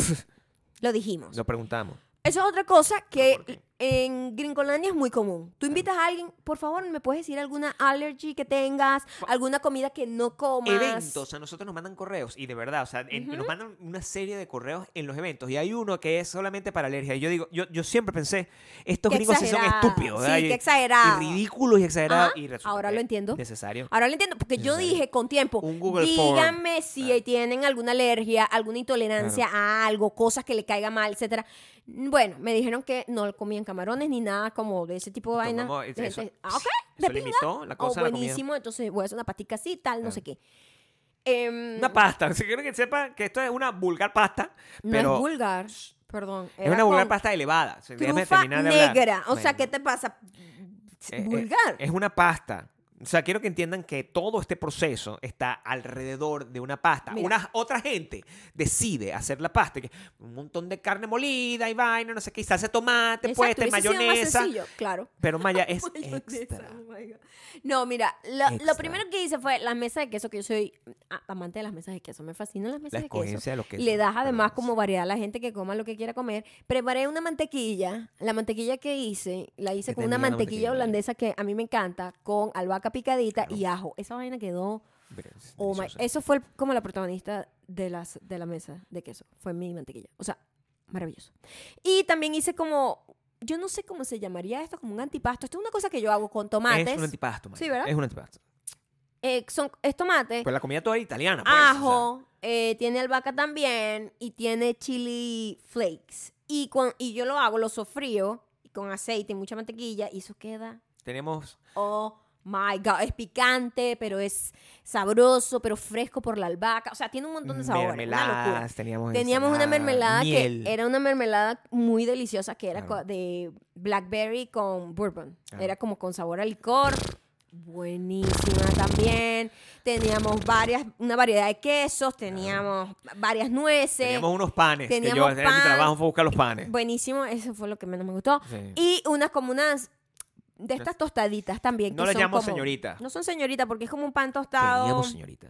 Lo dijimos.
Lo preguntamos.
Eso es otra cosa que
Ah, ¿por qué?
en Gringolandia es muy común. Tú invitas a alguien, por favor, me puedes decir alguna allergy que tengas, alguna comida que no comas.
Eventos, a nosotros nos mandan correos y de verdad, o sea, en- nos mandan una serie de correos en los eventos y hay uno que es solamente para alergia. Y yo digo, yo, yo siempre pensé, estos
Qué
gringos sí son
exagerado.
estúpidos,
Sí,
¿verdad?
qué
Y-
exagerado.
Y ridículos y exagerados.
Ajá,
y resulta
ahora lo
que
entiendo.
Necesario.
Ahora lo entiendo, porque yo
Necesario.
dije con tiempo,
Un Google Form.
díganme si tienen alguna alergia, alguna intolerancia a algo, cosas que le caiga mal, etcétera. Bueno, me dijeron que no comían camarones ni nada como de ese tipo de vaina.
Tomamos-
De
eso-
gente- ah, ok,
eso
de pinga.
limitó la
Oh,
cosa a la comida.
buenísimo, entonces voy a hacer una pastica así, tal, no
Claro.
sé qué. Em,
Una pasta. Si quieren que sepan que esto es una vulgar pasta,
no
pero
es vulgar, perdón.
es
era
una vulgar
con
pasta elevada. O sea, déjame
Trufa
terminar de hablar.
negra, o sea,
Bueno.
¿qué te pasa?
Eh, eh,
Vulgar.
Es una pasta. O sea, quiero que entiendan que todo este proceso está alrededor de una pasta.
Mira.
Una, otra gente decide hacer la pasta. que un montón de carne molida y vaina, no sé qué, y salsa de tomate,
Exacto,
puesta, y
hubiese sido más
este mayonesa.
sencillo, claro.
Pero Maya es
Mayonesa,
extra.
oh my God. No, mira, lo, lo
Extra.
primero que hice fue las mesas de queso, que yo soy a- amante de las mesas de queso. Me fascinan las mesas
La
de queso.
escogencia de los quesos,
Le das además
perdón.
como variedad a la gente que coma lo que quiera comer. Preparé una mantequilla. La mantequilla que hice, la hice
Que
con una
tenía la
mantequilla
mantequilla, ¿verdad?
holandesa que a mí me encanta, con albahaca picadita y ajo. Esa vaina quedó...
Pero es
Oh my-
deliciosa.
Eso fue el- como la protagonista de, las, de la mesa de queso. Fue mi mantequilla. O sea, maravilloso. Y también hice como, yo no sé cómo se llamaría esto, como un antipasto. Esto es una cosa que yo hago con tomates.
Es un antipasto, Maya.
Sí, ¿verdad?
Es un antipasto.
Eh, son, es tomate,
Pues la comida toda italiana. pues, o sea,
ajo, eh, tiene albahaca también y tiene chili flakes. Y, cuan- y yo lo hago, lo sofrío con aceite y mucha mantequilla y eso queda
tenemos
Oh my God, es picante, pero es sabroso, pero fresco por la albahaca. O sea, tiene un montón de sabores. una locura.
mm, mermeladas, teníamos
Teníamos una
ensalada,
mermelada
miel.
que era una mermelada muy deliciosa, que era
Claro.
co- de blackberry con bourbon.
Claro.
Era como con sabor a licor. Buenísima también. Teníamos varias, una variedad de quesos, teníamos varias nueces.
Teníamos unos panes. que yo,
teníamos
era mi
pan.
trabajo fue buscar los panes.
Buenísimo, eso fue lo que menos me gustó.
Sí.
Y unas como unas de estas tostaditas también.
No
que
las
son
llamo
como-
señorita.
No son señorita porque es como un pan tostado.
Teníamos, señorita.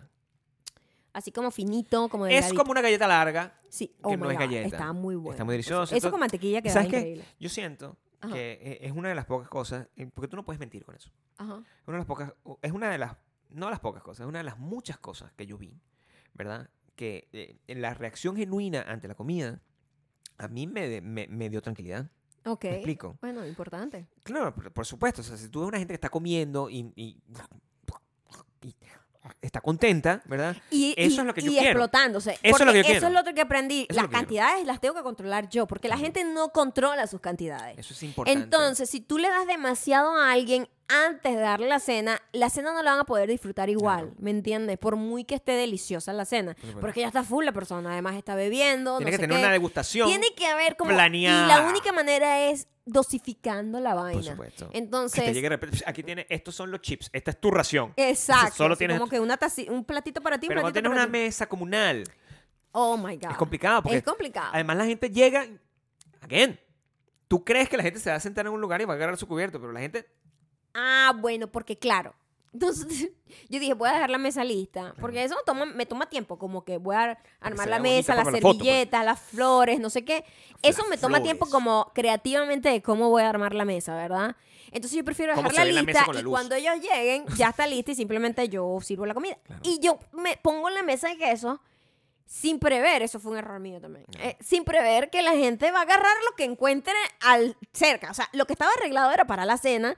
Así como finito, como
Es
delgadito.
como una galleta larga.
Sí,
que
oh
no
my
es
God,
galleta.
Está muy bueno. pues,
Está muy delicioso.
Eso con
Entonces,
mantequilla queda
¿Sabes qué?
increíble.
Yo siento
Ajá.
que eh, es una de las pocas cosas, eh, porque tú no puedes mentir con eso.
Ajá.
Es una de las pocas, o- es una de las, no las pocas cosas, es una de las muchas cosas que yo vi, ¿verdad? Que eh, en la reacción genuina ante la comida a mí me, de- me, me dio tranquilidad.
Ok.
¿Me explico?
Bueno, importante.
Claro, por, por supuesto. O sea, si tú ves una gente que está comiendo y, y- y está contenta, ¿verdad?
Y,
Eso
y-
es lo que yo
y
quiero.
explotándose.
es lo
Porque
que yo
eso
quiero.
es lo otro que aprendí.
Eso es
las
lo que yo quiero.
cantidades las tengo que controlar yo, porque la gente no controla sus cantidades.
Eso es importante.
Entonces, si tú le das demasiado a alguien antes de darle la cena, la cena no la van a poder disfrutar igual,
Claro.
¿me entiendes? Por muy que esté deliciosa la cena.
supuesto.
Porque ya está full la persona, además está bebiendo. no
tiene
sé
que tener
qué.
una degustación.
Tiene que haber como... Y la
planeada.
única manera es dosificando la vaina.
supuesto. que te
Entonces...
llegue de repente, "Psh, Aquí tiene, estos son los chips, esta es tu ración.
Exacto.
Solo
así
tienes-
Como que una taci- un platito para ti, un
Pero cuando
platito
tienes
para
una
ti.
mesa comunal,
Oh my God.
es complicado. Porque
Es complicado.
Además, la gente llega. Again. Tú crees que la gente se va a sentar en un lugar y va a agarrar su cubierto, pero la gente.
Ah, bueno, porque claro. Entonces, yo dije, voy a dejar la mesa lista, porque eso toma- me toma tiempo, como que voy a ar- armar
se
la
vea bonita
mesa, las
para la foto, pues.
servilletas, las flores, no sé qué. Eso
Las
me toma tiempo
flores.
como creativamente de cómo voy a armar la mesa, ¿verdad? Entonces yo prefiero
Cómo se
dejarla
ve la mesa
lista
con la
y
luz.
cuando ellos lleguen ya está lista y simplemente yo sirvo la comida.
Claro.
Y yo me pongo en la mesa de queso sin prever, eso fue un error mío también, eh, sin prever que la gente va a agarrar lo que encuentre al cerca. O sea, lo que estaba arreglado era para la cena,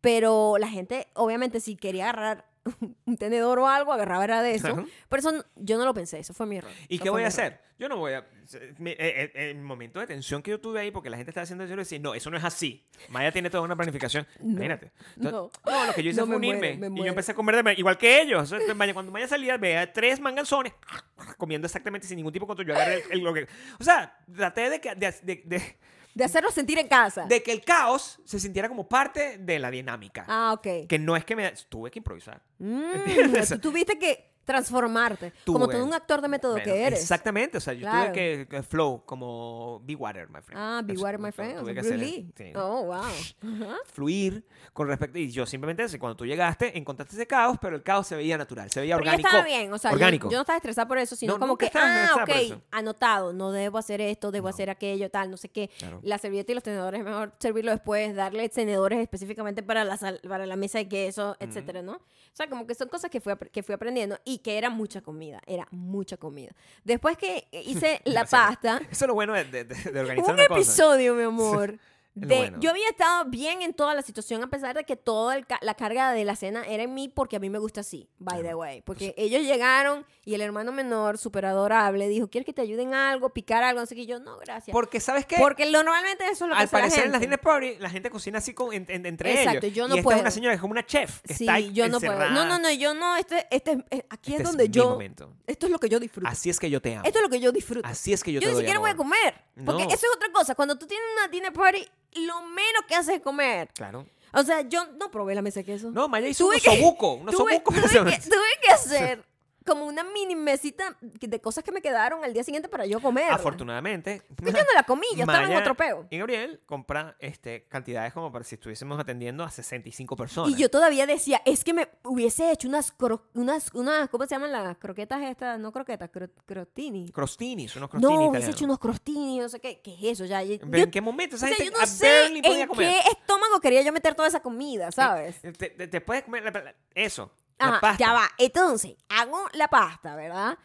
pero la gente, obviamente, si quería agarrar un tenedor o algo, agarraba era de eso.
Ajá.
Pero eso no- yo no lo pensé, eso fue mi error.
¿Y
Eso fue
qué voy
mi
a
error.
hacer? Yo no voy a. se- me- eh, eh, El momento de tensión que yo tuve ahí, porque la gente estaba haciendo eso, yo le decía, no, eso no es así. Maya tiene toda una planificación. Imagínate. Entonces,
no.
lo que yo hice
No,
fue
me muero,
unirme.
me
y yo
muero.
empecé a comer de ma- igual que ellos. O sea, de Maya, cuando Maya salía, veía tres manganzones comiendo exactamente sin ningún tipo de control. Yo agarré el, el- lo que- O sea, traté de que, de- de- de-
De hacerlo sentir en casa.
de que el caos se sintiera como parte de la dinámica.
Ah, ok.
Que no es que me... Tuve que improvisar.
Mm,
¿Entiendes?
tú tuviste que transformarte, como
Tuve-
todo un actor de método
eh. Bueno,
que eres.
Exactamente. O sea, yo
Claro.
tuve que, que flow como Be Water, my friend.
Ah, Be
Eso,
Water, my
tuve-
friend. o
tuve
sea,
que
Bruce
hacer-
Lee.
sí,
Oh, wow. Ajá.
Fluir con respecto... Y yo simplemente, así, cuando tú llegaste, encontraste ese caos, pero el caos se veía natural, se veía
Pero yo
orgánico.
estaba bien, o sea, yo,
orgánico.
yo no estaba estresada por eso, sino
No,
como
nunca
que,
estabas
ah,
estresada por
ok,
eso.
anotado, no debo hacer esto, debo
No.
hacer aquello, tal, no sé qué.
Claro.
La servilleta y los tenedores es mejor servirlo después, darle tenedores específicamente para la, sal- para la mesa de queso, etcétera, ¿no? O sea, como que son cosas que fui, apre- que fui aprendiendo y que era mucha comida, era mucha comida. Después que eh, hice la
Demasiado.
pasta,
Eso es lo bueno de, de- de- de
Hubo
organizar
un
una cosa.
episodio, mi amor.
lo
de-
bueno.
Yo había estado bien en toda la situación, a pesar de que toda el ca- la carga de la cena era en mí, porque a mí me gusta así, by the way. Porque ellos llegaron y el hermano menor, súper adorable, dijo: ¿Quieres que te ayuden algo, picar algo? Así que yo, no, gracias.
Porque, ¿sabes qué?
porque lo- normalmente eso es lo que
Al
hace la
parecer en las
gente.
dinner party la gente cocina así con, en- en- entre
Exacto,
ellos.
yo no
y esta
puedo.
es una señora que es como una chef que
Sí,
está ahí
yo no puedo. No,
encerrada.
no, no, yo no. Este, este, eh, aquí
Este
es
es
donde
mi
yo.
momento.
Esto es lo que yo disfruto.
Así es que yo te amo.
Esto es lo que yo disfruto.
Así es que
yo
yo, te
ni
doy
siquiera voy a
amor.
comer. Porque
No.
eso es otra cosa. Cuando tú tienes una dinner party, lo menos que haces es comer.
Claro.
O sea, yo no probé la mesa de queso.
No, Maya hizo un
Tuve que-
osobuco. Un
tuve,
osobuco.
tuve
para hacer-
que, tuve que hacer como una mini mesita de cosas que me quedaron al día siguiente para yo comer.
Afortunadamente.
Porque yo no la comí, yo estaba en
Maya
otro peo.
Y Gabriel compra este, cantidades como para si estuviésemos atendiendo a 65 personas.
Y yo todavía decía, es que me hubiese hecho unas, cro- unas, unas ¿cómo se llaman las croquetas estas? No croquetas, cro- crotini.
Crostinis, unos
no,
crostinis
hubiese
italianos.
hecho unos crostini, no sé qué. ¿Qué es eso? Ya, yo-
¿Pero
yo-
en qué momento?
o
Esa
sea,
gente
yo no
a
sé
barely podía
en
comer.
qué estómago quería yo meter toda esa comida, ¿sabes?
Eh, Te, te- te puedes comer la- la- eso. la
Ajá,
pasta.
Ah, ya va. Entonces, hago la pasta, ¿verdad?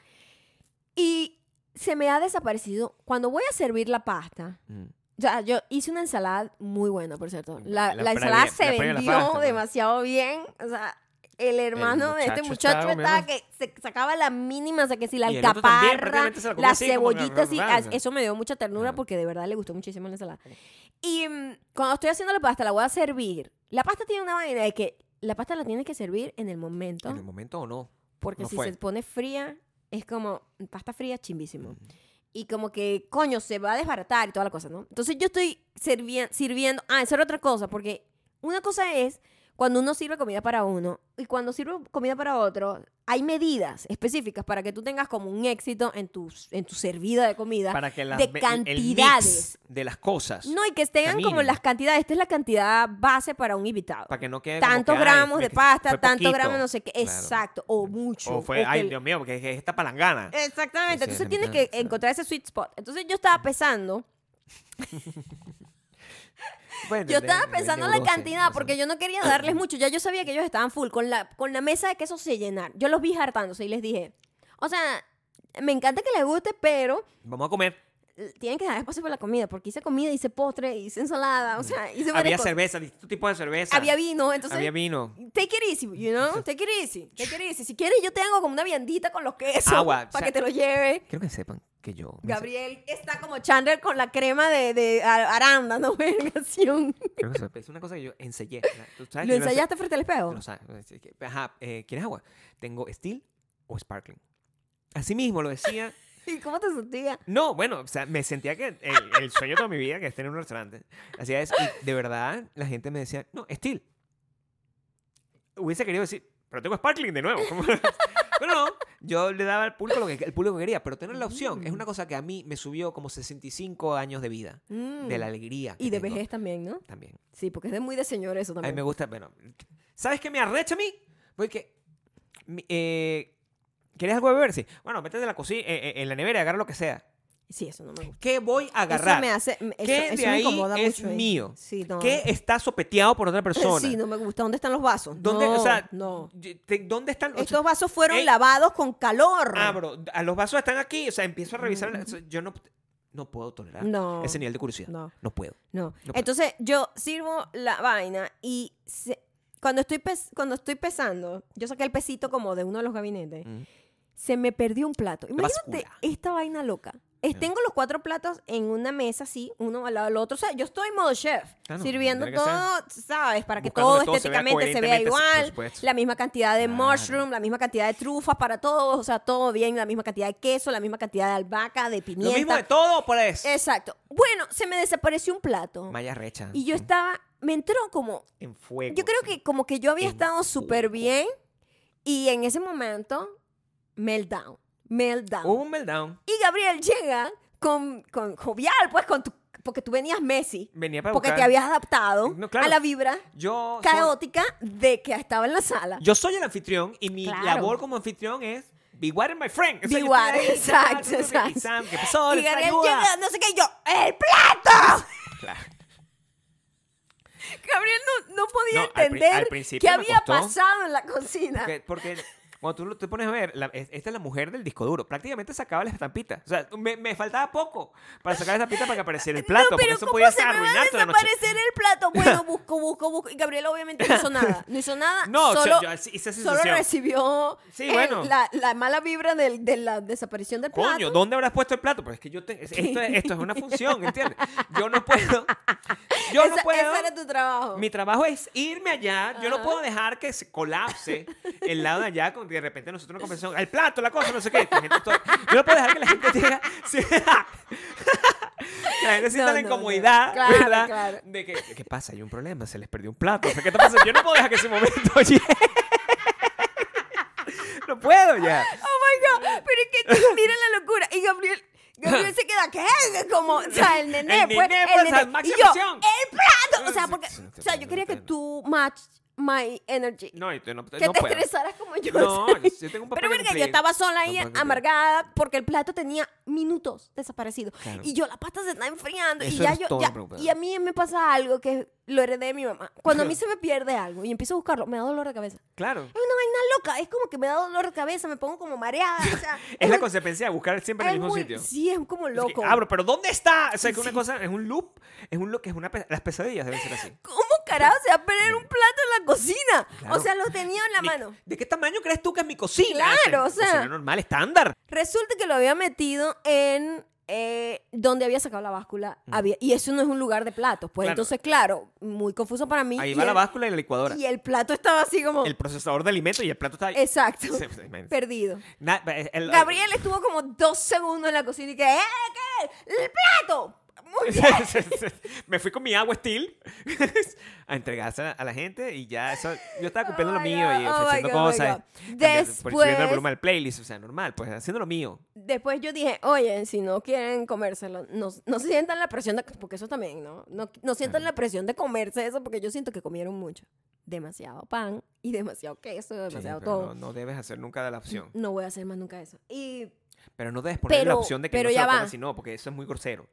Y se me ha desaparecido. Cuando voy a servir la pasta,
Mm.
o sea, yo hice una ensalada muy buena, por cierto. La,
La
la ensalada
previa-
se
la previa de la
vendió
pasta, ¿no?
demasiado bien. O sea, el hermano de este
muchacho estaba
muchacho estaba
comiendo-
que se sacaba la mínima, o sea, que si la
Y el otro también,
alcaparra,
prácticamente se la comió
la
así, como que-
cebollita, así.
Ah,
as- Eso me dio mucha ternura
Ajá.
porque de verdad le gustó muchísimo la ensalada. Y mm, cuando estoy haciendo la pasta, la voy a servir. La pasta tiene una vaina de que la pasta la tienes que servir en el momento.
En el momento o no.
Porque
No
si
fue.
se pone fría, es como pasta fría
Mm.
chimbísimo. Y como que, coño, se va a desbaratar y toda la cosa, ¿no? Entonces yo estoy servi- sirviendo. Ah, eso era otra cosa, porque una cosa es cuando uno sirve comida para uno y cuando sirve comida para otro, hay medidas específicas para que tú tengas como un éxito en tu, en tu servida de comida.
Para que las
de
ve- el-
cantidades.
El mix de las cosas.
no, y que tengan como
caminen.
las cantidades. Esta es la cantidad base para un invitado.
Para que no quede como
Tantos
que, ay,
gramos
es
de
que
pasta,
fue
tantos
poquito.
gramos no sé qué.
Claro.
Exacto, o mucho.
O fue,
o
ay,
que-
Dios mío, porque es esta palangana.
Exactamente.
Sí,
Entonces
sí, la
tienes
mitad,
que
sí.
encontrar ese sweet spot. Entonces yo estaba pesando.
Bueno,
Yo
de-
estaba
de
pensando en la
neurosis,
cantidad porque yo no quería darles mucho. Ya yo sabía que ellos estaban full. Con la, con la mesa de queso se llenar. Yo los vi hartándose y les dije, o sea, me encanta que les guste, pero
Vamos a comer.
eh, tienen que dejar espacio para la comida porque hice comida, hice postre, hice ensalada, o sea, hice varias
Mm. Había
cosas.
cerveza, distinto tipo de cerveza.
Había vino, entonces...
Había vino.
Take it easy, you know? Take it easy. Take it easy. Si quieres, yo te hago como una viandita con los quesos
Agua, o
para
sea-
que te lo lleve.
Quiero que sepan que yo. me sa-
Gabriel está como Chandler con la crema de, de a- aranda, ¿no? Vergación.
Creo que sepa- es una cosa que yo ensayé. ¿verdad? ¿Tú sabes
¿Lo
que yo ensay-
ensayaste frente al espejo?
Tú lo sabes. Así que, Ajá, eh, ¿quieres agua? ¿Tengo steel o sparkling? Así mismo lo decía.
¿Y cómo te sentías?
No, bueno, o sea, me sentía que eh, el, sueño de toda mi vida que es tener un restaurante. Hacía eso. Y de verdad, la gente me decía, no, Steel. Hubiese querido decir, pero tengo Sparkling de nuevo. ¿cómo? pero no, yo le daba al público lo que el público quería, pero tener la opción es una cosa que a mí me subió como 65 años de vida,
Mm.
de la alegría. que
Y de
tengo
vejez también, ¿no?
También.
Sí, porque es de muy de señor eso
A mí
también.
me gusta, bueno, ¿sabes qué me arrecha a mí? Porque, mi- eh, ¿quieres algo de beber? Sí. Bueno, métete en la cocina, eh, eh, en la nevera, agarra lo que sea.
Sí, eso no me gusta.
¿Qué voy a
Eso
agarrar?
me hace... me- Eso,
¿Qué
eso
de
me
ahí
incomoda
es
mucho ahí.
mío?
Sí, no.
¿Qué está sopeteado por otra persona?
Sí, no me gusta. ¿Dónde están los vasos?
¿Dónde,
no,
o sea,
no.
y- te- ¿dónde están? o sea,
Estos vasos fueron
eh,
lavados con calor.
abro, a los vasos están aquí, o sea, empiezo a revisar. la- o sea, yo no, no puedo tolerar
No.
ese nivel de curiosidad.
No.
No, puedo.
No.
puedo.
Entonces yo sirvo la vaina y se- cuando, estoy pes- cuando estoy pesando, yo saqué el pesito como de uno de los gabinetes,
Mm.
se me perdió un plato. Imagínate
bascula.
esta vaina loca. Es-
Ya.
tengo los cuatro platos en una mesa así, uno al lado del otro. O sea, yo estoy modo chef,
Ah, no,
sirviendo
tendría que
todo, ¿sabes? Para que
buscando
todo
que todo se vea
estéticamente se vea,
coherentemente, por
igual.
supuesto.
La misma cantidad de
Claro.
mushroom, la misma cantidad de trufas para todos. O sea, todo bien. La misma cantidad de queso, la misma cantidad de albahaca, de pimienta.
Lo mismo de todo, pues.
Exacto. Bueno, se me desapareció un plato.
Maya recha.
Y yo
Mm.
estaba, me entró como,
en fuego.
yo creo que como que yo había
En
estado súper
fuego.
bien y en ese momento, meltdown, meltdown.
Hubo un meltdown.
Y Gabriel llega con, con jovial, pues, con tu, porque tú venías Messi,
Venía para
porque
buscar.
te habías adaptado
No, claro.
a la vibra
Yo soy,
caótica de que estaba en la sala.
yo soy el anfitrión y mi
Claro.
labor como anfitrión es be water, my friend. O sea,
Be
yo estoy
water,
ahí,
exacto,
tal, tal, tal,
exacto.
y Sam, ¿qué pasó?
y
¿Les
Gabriel
ayuda?
llega, no sé qué, y yo, ¡el plato!
Claro.
Gabriel no, no podía
No, al pri- al
entender qué
principio me
había
costó.
pasado en la cocina.
Porque, porque cuando tú lo- te pones a ver, la- es- esta es la mujer del disco duro. Prácticamente sacaba la estampita. O sea, me, me faltaba poco para sacar la estampita para que apareciera el plato.
no,
porque
pero
eso
¿cómo
podía
se me va a
arruinar toda la noche.
desaparecer el plato? Bueno, busco, busco, busco. Y Gabriel obviamente no hizo nada. No hizo nada.
No, yo-
solo,
yo hice esa
solo
sensación.
recibió
Sí,
eh,
bueno.
la, la mala vibra del- de la desaparición del plato.
Coño, ¿dónde habrás puesto el plato? Pero es que yo te- es- esto, es- esto es una función, ¿entiendes? Yo no puedo. Yo
Esa-
no puedo.
Ese era tu trabajo.
Mi trabajo es irme allá. Yo no puedo dejar que se colapse el lado de allá. Con, de repente nosotros nos conversamos. El plato, la cosa, no sé qué. La gente to- yo no puedo dejar que la gente llegue. sí. Que la gente sienta
No, no, no.
la incomodidad,
Claro,
¿verdad?
claro.
De que, ¿qué pasa? Hay un problema, se les perdió un plato. O sea, ¿qué está pasando? Yo no puedo dejar que ese momento llegue. No puedo ya.
Oh my God. Pero es que tú- mira la locura. Y Gabriel. Gabriel se queda que como, o sea, el nené,
El
pues,
nené, pues, al
Y
máxima
yo,
acción.
el plato, o sea,
Sí,
porque,
sí, sí,
o sea,
sí,
yo quería que
entiendo.
tú match my energy,
No, yo no,
que
no
te
puedo.
estresaras como yo.
No,
¿sabes?
yo tengo un papel
Pero
que
verga, yo
cumplir.
estaba sola ahí
Un papel que
amargada porque el plato tenía minutos desaparecido.
Claro.
Y yo, la pasta se está enfriando. y
Eso
ya
eres
yo.
todo
ya-
lo preocupado.
y a mí me pasa algo que lo heredé de mi mamá. Cuando a mí se me pierde algo y empiezo a buscarlo, me da dolor de cabeza.
Claro.
Es una vaina loca. Es como que me da dolor de cabeza, me pongo como mareada. o sea,
Es la
un-
consecuencia de buscar siempre
es
en el mismo
muy-
sitio.
Sí, es como
Es que,
loco.
abro, pero ¿dónde está? O sea, que una
Sí.
cosa es un loop, es un loop que es una pe- las pesadillas deben ser así.
¿Cómo carajo se va a perder un plato en la cocina? O
Claro.
sea, lo tenía en la
Ni-
mano.
¿De qué tamaño crees tú que es mi cocina?
Claro,
Es
o sea.
cocina normal, estándar.
Resulta que lo había metido en eh, donde había sacado la báscula. Había- y eso no es un lugar de platos. Pues
Mm. Claro.
entonces, claro, muy confuso para mí.
Ahí
y
va la
el-
báscula y la licuadora.
eh, Y el plato estaba así como.
El procesador de alimentos y el plato está ahí.
Exacto.
Sí, pues, imagínate.
perdido.
Na- el- el-
Gabriel estuvo como dos segundos en la cocina y que, ¡eh, qué! ¡El plato! Muy bien.
Me fui con mi agua steel a entregarse a la gente y ya eso. Yo estaba cumpliendo
Oh
lo
my
mío
God, oh
y
my
ofreciendo
God, oh my
cosas.
God.
cambiando- por- Subiendo
Después-
el volumen al playlist, o sea, normal, pues haciendo lo mío.
Después yo dije, oye, si no quieren comérselo, no, no sientan la presión, de, porque eso también, ¿no? ¿no? No sientan la presión de comerse eso, porque yo siento que comieron mucho. Demasiado pan y demasiado queso,
Sí,
demasiado
pero
todo.
No, no debes hacer nunca la opción.
No voy a hacer más nunca eso. ¿Y
Pero no debes poner la
Pero-
opción de que
pero
no se
ya
lo
va.
comas, sino porque eso es muy grosero.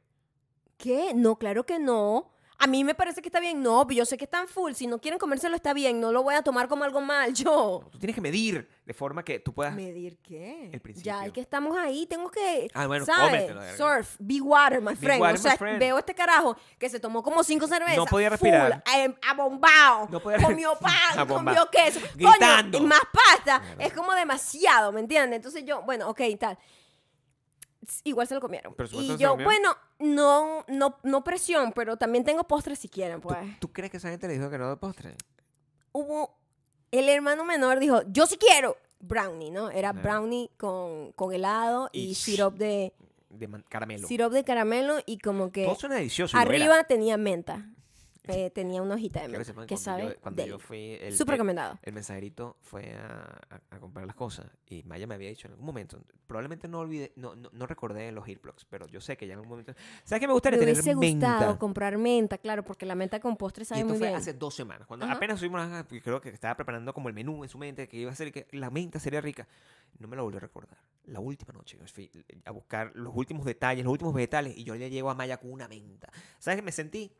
qué? No, claro que no. A mí me parece que está bien. No, pero yo sé que están full. Si no quieren comérselo, está bien. No lo voy a tomar como algo mal yo.
Tú tienes que medir de forma que tú puedas.
¿Medir qué?
El principio.
Ya, es que estamos ahí, tengo que.
Ah, bueno,
¿sabes?
cómetelo, verga.
Surf, be water, my friend.
water,
o sea,
my friend.
veo este carajo que se tomó como cinco cervezas.
No podía respirar.
Full, eh, abombao.
No podía-
Comió pan,
Abombao.
comió queso.
Gritando.
Coño, y más pasta.
Mierda.
Es como demasiado, ¿me entiendes? Entonces yo, bueno, ok, tal. S- Igual se lo comieron.
Por supuesto
Y
se
yo,
lo comieron.
bueno, no, no, no presión, pero también tengo postres si quieren,
¿Tú,
pues.
tú crees que esa gente le dijo que no de postre?
hubo el hermano menor dijo yo sí quiero brownie no era
Ajá.
brownie con, con helado y
Y
sirop de
De man- caramelo.
sirop de caramelo y como que
Todo suena delicioso. y lo era.
arriba tenía menta Eh, tenía una hojita de
Quiero que
menta
sepan
que
cuando
sabe
yo, cuando
deli.
yo fui el,
súper
el-
recomendado
el mensajerito fue a, a- a comprar las cosas y Maya me había dicho en algún momento, probablemente no olvidé, no, no, no recordé los earplugs, pero yo sé que ya en algún momento, ¿sabes qué me
me
gustaría tener
hubiese gustado
menta?
comprar menta claro porque la menta con postre
y
sabe
esto
muy
fue
bien
hace dos semanas, cuando
Ajá.
apenas subimos las, porque creo que estaba preparando como el menú en su mente, que iba a ser que la menta sería rica, no me lo volvió a recordar. La última noche, yo fui a buscar los últimos detalles, los últimos vegetales, y yo le llego a Maya con una menta. ¿Sabes qué me sentí?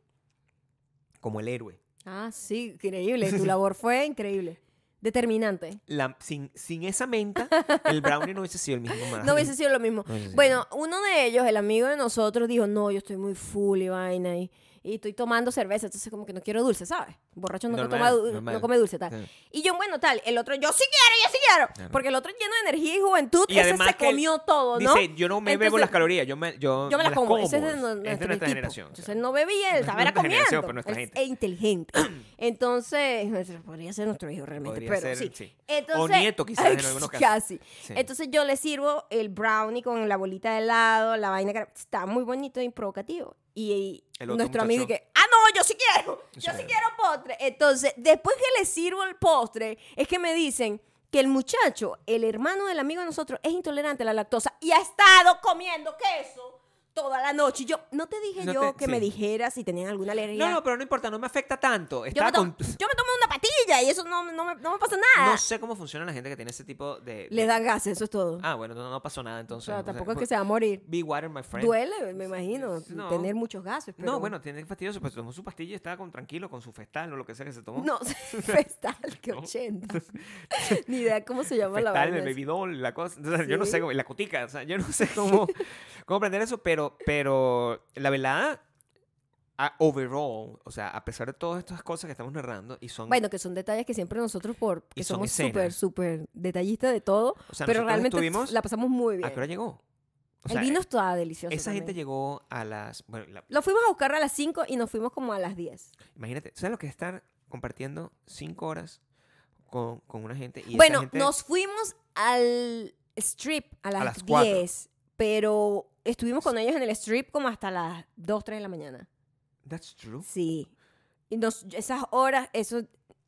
Como el héroe.
ah sí increíble tu labor fue increíble determinante
la- sin, sin esa menta, el brownie no hubiese sido el mismo maravilla.
no hubiese sido lo mismo
No hubiese sido.
Bueno, uno de ellos, el amigo de nosotros, dijo, no, yo estoy muy full y vaina y, y estoy tomando cerveza, entonces como que no quiero dulce, ¿sabes? Borracho no,
Normal,
toma du-
normal.
no come dulce, tal.
Sí.
Y yo, bueno, tal, el otro, yo sí quiero, yo sí quiero.
Claro.
Porque el otro lleno de energía y juventud,
Y
ese
además
se
que él
comió todo, ¿no?
Dice, yo no me bebo
Entonces,
las calorías, yo me, yo,
Yo me las como, ese es de,
Es
no- nuestro
nuestra
equipo.
generación.
Entonces él no bebía, él estaba era
nuestra generación,
comiendo.
pero nuestra
Él
gente.
Es inteligente. Entonces, podría ser nuestro hijo realmente,
Podría
pero
ser,
sí.
sí.
Entonces,
O nieto, quizás, en algunos casos.
Casi.
Sí.
Entonces yo le sirvo el brownie con la bolita de helado, la vaina que está muy bonito y provocativo. Y, y
El otro
nuestro amigo
muchacho.
que, ah, no, yo sí quiero, yo
Sí.
sí quiero postre. Entonces, después que le sirvo el postre, es que me dicen que el muchacho, el hermano del amigo de nosotros, es intolerante a la lactosa y ha estado comiendo queso toda la noche. Y yo, no te dije
No
yo
te-
que
sí.
me dijeras si tenían alguna alergia.
No, no, pero no importa, no me afecta tanto.
yo, me
Estaba
to-
con-
yo me tomo una patilla y eso no, no me, no me pasa nada.
No sé cómo funciona la gente que tiene ese tipo de... de-
Ah. Le dan gas, eso es todo.
Ah, bueno, no, no pasó nada entonces.
O sea,
O sea,
tampoco es que se va a morir.
Be water, my friend.
Duele, me imagino,
No.
tener muchos gases. Pero...
No, bueno, tiene fastidioso, pues tomó su pastilla y estaba con, tranquilo con su festal o lo que sea que se tomó.
No, festal, que
No.
80. Ni idea cómo se llama la
festal,
vaina.
el
esa.
bebidol, la cosa. Entonces, Yo no
Sí.
sé cómo, la cutica, o sea, yo no sé cómo, cómo aprender eso, pero, pero la velada, a- overall, o sea, a pesar de todas estas cosas que estamos narrando, y son.
Bueno, que son detalles que siempre nosotros, por, que
Y son
somos
escenas.
súper, súper detallistas de todo,
o sea,
pero
nosotros
realmente
estuvimos-
la pasamos muy bien.
¿A qué hora llegó? O
el
sea,
vino estaba delicioso.
esa gente
también.
llegó a las. Bueno, la-
Lo fuimos a buscar a las 5 y nos fuimos como a las 10.
imagínate, ¿sabes lo que es estar compartiendo cinco horas con, con una gente? Y esa
Bueno,
gente-
nos fuimos al strip a las,
las cuatro.
10, pero estuvimos con ellos en el strip como hasta las 2, 3 de la mañana.
That's true.
Sí. Y nos- esas horas, eso,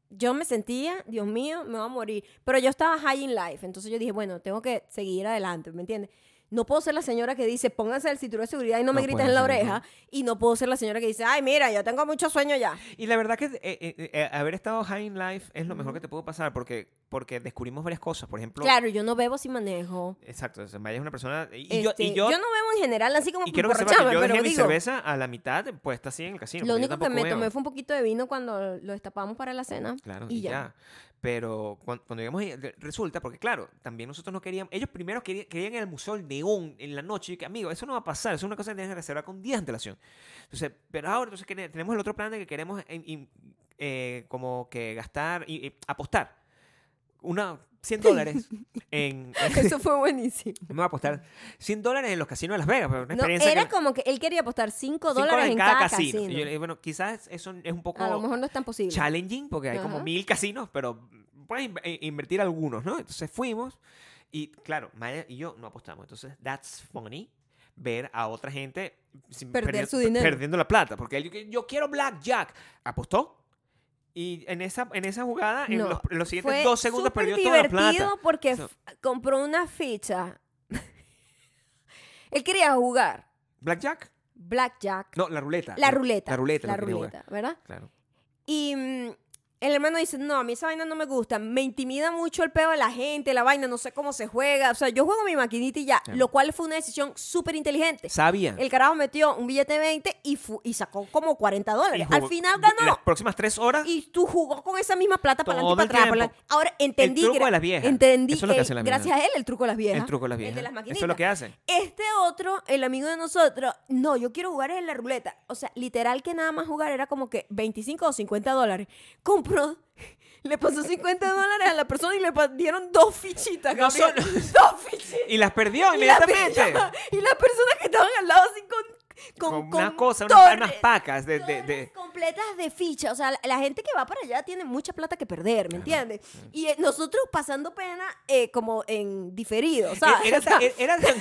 yo me sentía, Dios mío, me voy a morir. Pero yo estaba high in life, entonces yo dije, bueno, tengo que seguir adelante, ¿me entiendes? No puedo ser la señora que dice, pónganse el cinturón de seguridad y no me
No
grites
puede
en la
ser,
oreja. Y no puedo ser la señora que dice, ay, mira, yo tengo mucho sueño ya.
Y la verdad que eh, eh, eh, haber estado high in life es lo mejor que te pudo pasar porque, porque descubrimos varias cosas. Por ejemplo,
Claro, yo no bebo si manejo.
Exacto, o sea, Maya es una persona. Y,
Este,
y yo, y yo,
no bebo en general, así como
y quiero que sepas
emborracharme,
que yo dejé
pero
mi
digo,
cerveza a la mitad puesta así en el casino.
lo
porque yo
único que
tampoco
me
bebo.
tomé fue un poquito de vino cuando lo destapamos para la cena.
Claro,
y
y,
ya.
ya. Pero cuan- cuando, llegamos ahí, re- resulta, porque claro, también nosotros no queríamos. Ellos primero querían, querían ir al Museo del Neón en la noche. Y que, amigo, eso no va a pasar. Eso es una cosa que tienes que reservar con 10 de antelación. Entonces, pero ahora entonces, que tenemos el otro plan de que queremos en- in- eh, como que gastar y y apostar. Una, 100 dólares en.
Eso fue buenísimo.
Vamos a apostar 100 dólares en los casinos de Las Vegas. pero Una
No,
experiencia
era
que-
como que él quería apostar 5
Cinco
dólares en cada, casino.
Y yo le dije, bueno, quizás eso es un
A lo
poco
mejor no es tan posible.
challenging porque hay como
Ajá.
mil casinos, pero puedes in- in- invertir algunos, ¿no? Entonces fuimos y claro, Maya y yo no apostamos. Entonces, that's funny ver a otra gente sin-
Perder
perdiendo-
su dinero.
perdiendo la plata. Porque él, yo, yo quiero blackjack. Apostó. Y en esa, en esa jugada, en,
No,
los, en los
Fue
siguientes dos segundos
súper
perdió toda la plata.
divertido porque
Eso.
f- compró una ficha. él quería jugar
¿Blackjack?
blackjack,
No, la ruleta.
la ruleta.
La ruleta.
la
lo quería jugar.
ruleta, ¿verdad?
Claro.
Y mm, El hermano dice, no, a mí esa vaina no me gusta, me intimida mucho el pedo de la gente, la vaina, no sé cómo se juega, o sea, yo juego mi maquinita y ya,
Sí.
lo cual fue una decisión súper inteligente.
Sabía.
El carajo metió un billete de 20 y, fu- y sacó como 40 dólares.
Y
Al
jugó-
final
en
ganó.
las próximas tres horas.
Y tú jugó con esa misma plata para
Todo
adelante y
el
para atrás. para
tiempo.
adelante. Ahora entendí.
El truco
que era-
de las viejas.
Entendí.
Eso es lo que
el-
hace la
gracias a él, el truco de las viejas.
el truco de las
El
viejas.
de las
Eso es lo
maquinitas.
que hacen.
Este otro, el amigo de nosotros, no, yo quiero jugar en la ruleta. O sea, literal que nada más jugar era como que 25 o 50 dólares. Compró, le pasó 50 dólares a la persona y le pa- dieron dos fichitas.
No
Gabriel.
solo-
Dos fichitas.
Y las perdió
Y la
inmediatamente.
persona- Y las personas que estaban al lado así con...
Con,
Con,
una
con
cosa,
torres,
unas, unas pacas de, de-
torres
de-
completas de ficha. O sea, la, la gente que va para allá tiene mucha plata que perder, ¿me entiendes? Y eh, nosotros pasando pena eh, como en diferido, ¿sabes?
e, Era,
O sea,
era- era-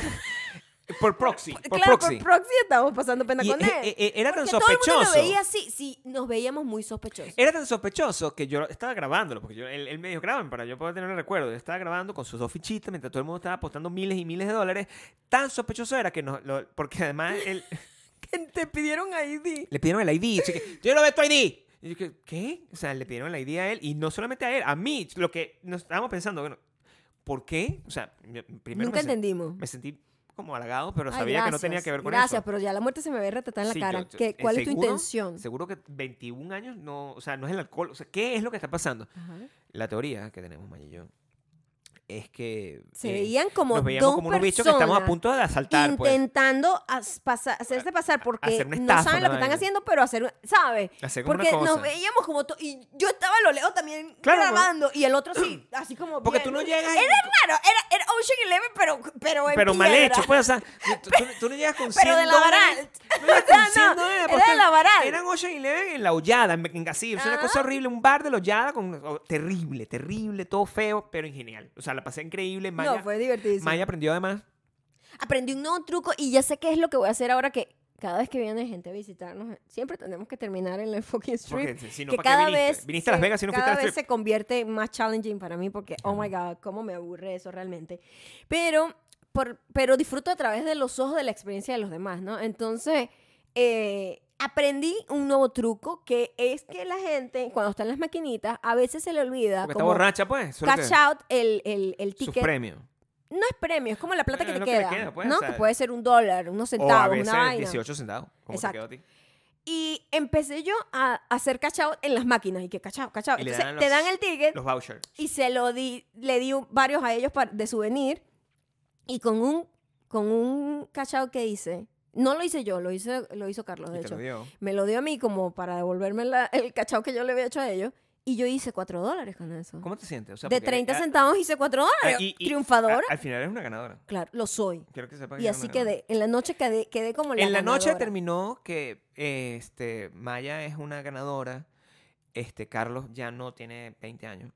por proxy. eh, Por
claro,
proxy.
por proxy estamos pasando pena
Y
con
e-
él.
e- e- era tan
Porque Todo el mundo
sospechoso.
lo veía así, sí, nos veíamos muy sospechosos.
Era tan sospechoso que yo estaba grabándolo, porque yo, él, él me dijo, graben para yo poder tener el recuerdo. Yo estaba grabando con sus dos fichitas mientras todo el mundo estaba apostando miles y miles de dólares. Tan sospechoso era que nos, lo- porque además él,
Que te pidieron ID.
le pidieron el ID. así que, yo no veo tu ID. Y yo, que, ¿qué? O sea, le pidieron el ID a él y no solamente a él, a mí. Lo que nos estábamos pensando, bueno, ¿por qué? O sea, yo- primero
Nunca
me, sen-
entendimos.
me sentí como halagado, pero
Ay,
sabía que no
gracias,
tenía que ver con
Gracias,
eso.
pero ya la muerte se me ve retratada en la
Sí,
cara.
yo- yo-
¿Qué-
eh,
¿Cuál es tu
seguro-
intención?
Seguro que 21 años no, o sea, no es el alcohol. O sea, ¿qué es lo que está pasando?
Ajá.
La teoría que tenemos Maya y yo es que
Se
eh,
veían como
nos veíamos
dos
como unos
personas
bichos que estamos a punto de asaltar, pues.
intentando as- pasa- hacerse pasar porque
hacer una
no
estafa,
saben lo que
una
están
vaina.
haciendo, pero hacer, ¿sabes?
Hacer como una
Porque
cosa.
nos veíamos como to- y yo estaba a lo lejos también
Claro,
grabando y el otro sí, así como
Porque
bien.
tú no llegas y-
Era raro, era, era Ocean Eleven, pero pero en
Pero mal
piedra.
hecho, pues, o sea, tú, tú- tú no llegas con 100
Pero de la
dólares.
Varal.
No llegas
O sea,
con 100
no,
dólares,
era
porque
de la Varal.
Eran 8 y 11 en la hollada, en, en Gasir. O sea, una cosa horrible, un bar de la hollada, con, oh, terrible, terrible, todo feo, pero en genial. O sea, la pasé increíble. Maya,
No, fue divertidísimo.
Maya aprendió además.
Aprendí un nuevo truco y ya sé qué es lo que voy a hacer ahora que cada vez que viene gente a visitarnos, siempre tenemos que terminar en el fucking strip.
Porque si no,
que
¿para qué
cada
viniste?
vez
Viniste a Las
se-
Vegas y no fuiste
cada
a la
vez
strip.
se convierte en más challenging para mí porque oh my god cómo me aburre eso realmente pero por, pero disfruto a través de los ojos de la experiencia de los demás no entonces eh, aprendí un nuevo truco que es que la gente cuando está en las maquinitas a veces se le olvida
Porque está
como
borracha, pues. solo que-
catch out el, el, el
Sus
ticket
premios.
no es premio es como la plata
Bueno,
que
es
te
lo que le
queda,
queda, pues,
no
o sea,
que puede ser un dólar unos
O a
centavos
veces
una vaina
18 centavos. como te
Exacto.
quedó a ti.
y empecé yo a hacer cachao en las máquinas y que cachao cachao
Y le
entonces
dan
te
los-
dan el ticket
Los vouchers.
y se lo di, le di un- varios a ellos par- de souvenir y con un con un cachao que hice, no lo hice yo, lo hizo lo hizo Carlos
Y
de
te
hecho.
lo dio.
Me lo dio a mí como para devolverme la- el cachao que yo le había hecho a ellos y yo hice 4 dólares con eso.
¿Cómo te sientes? O sea,
de
porque-
30
ah,
centavos hice 4
ah,
dólares.
y- y-
Triunfadora.
a- al final eres una ganadora.
claro, lo soy.
Quiero que sepas
Y
eres
así
una ganadora.
quedé. En la noche quedé, quedé como la
en la noche
ganadora.
terminó que eh, este, Maya es una ganadora. Este, Carlos ya no tiene 20 años.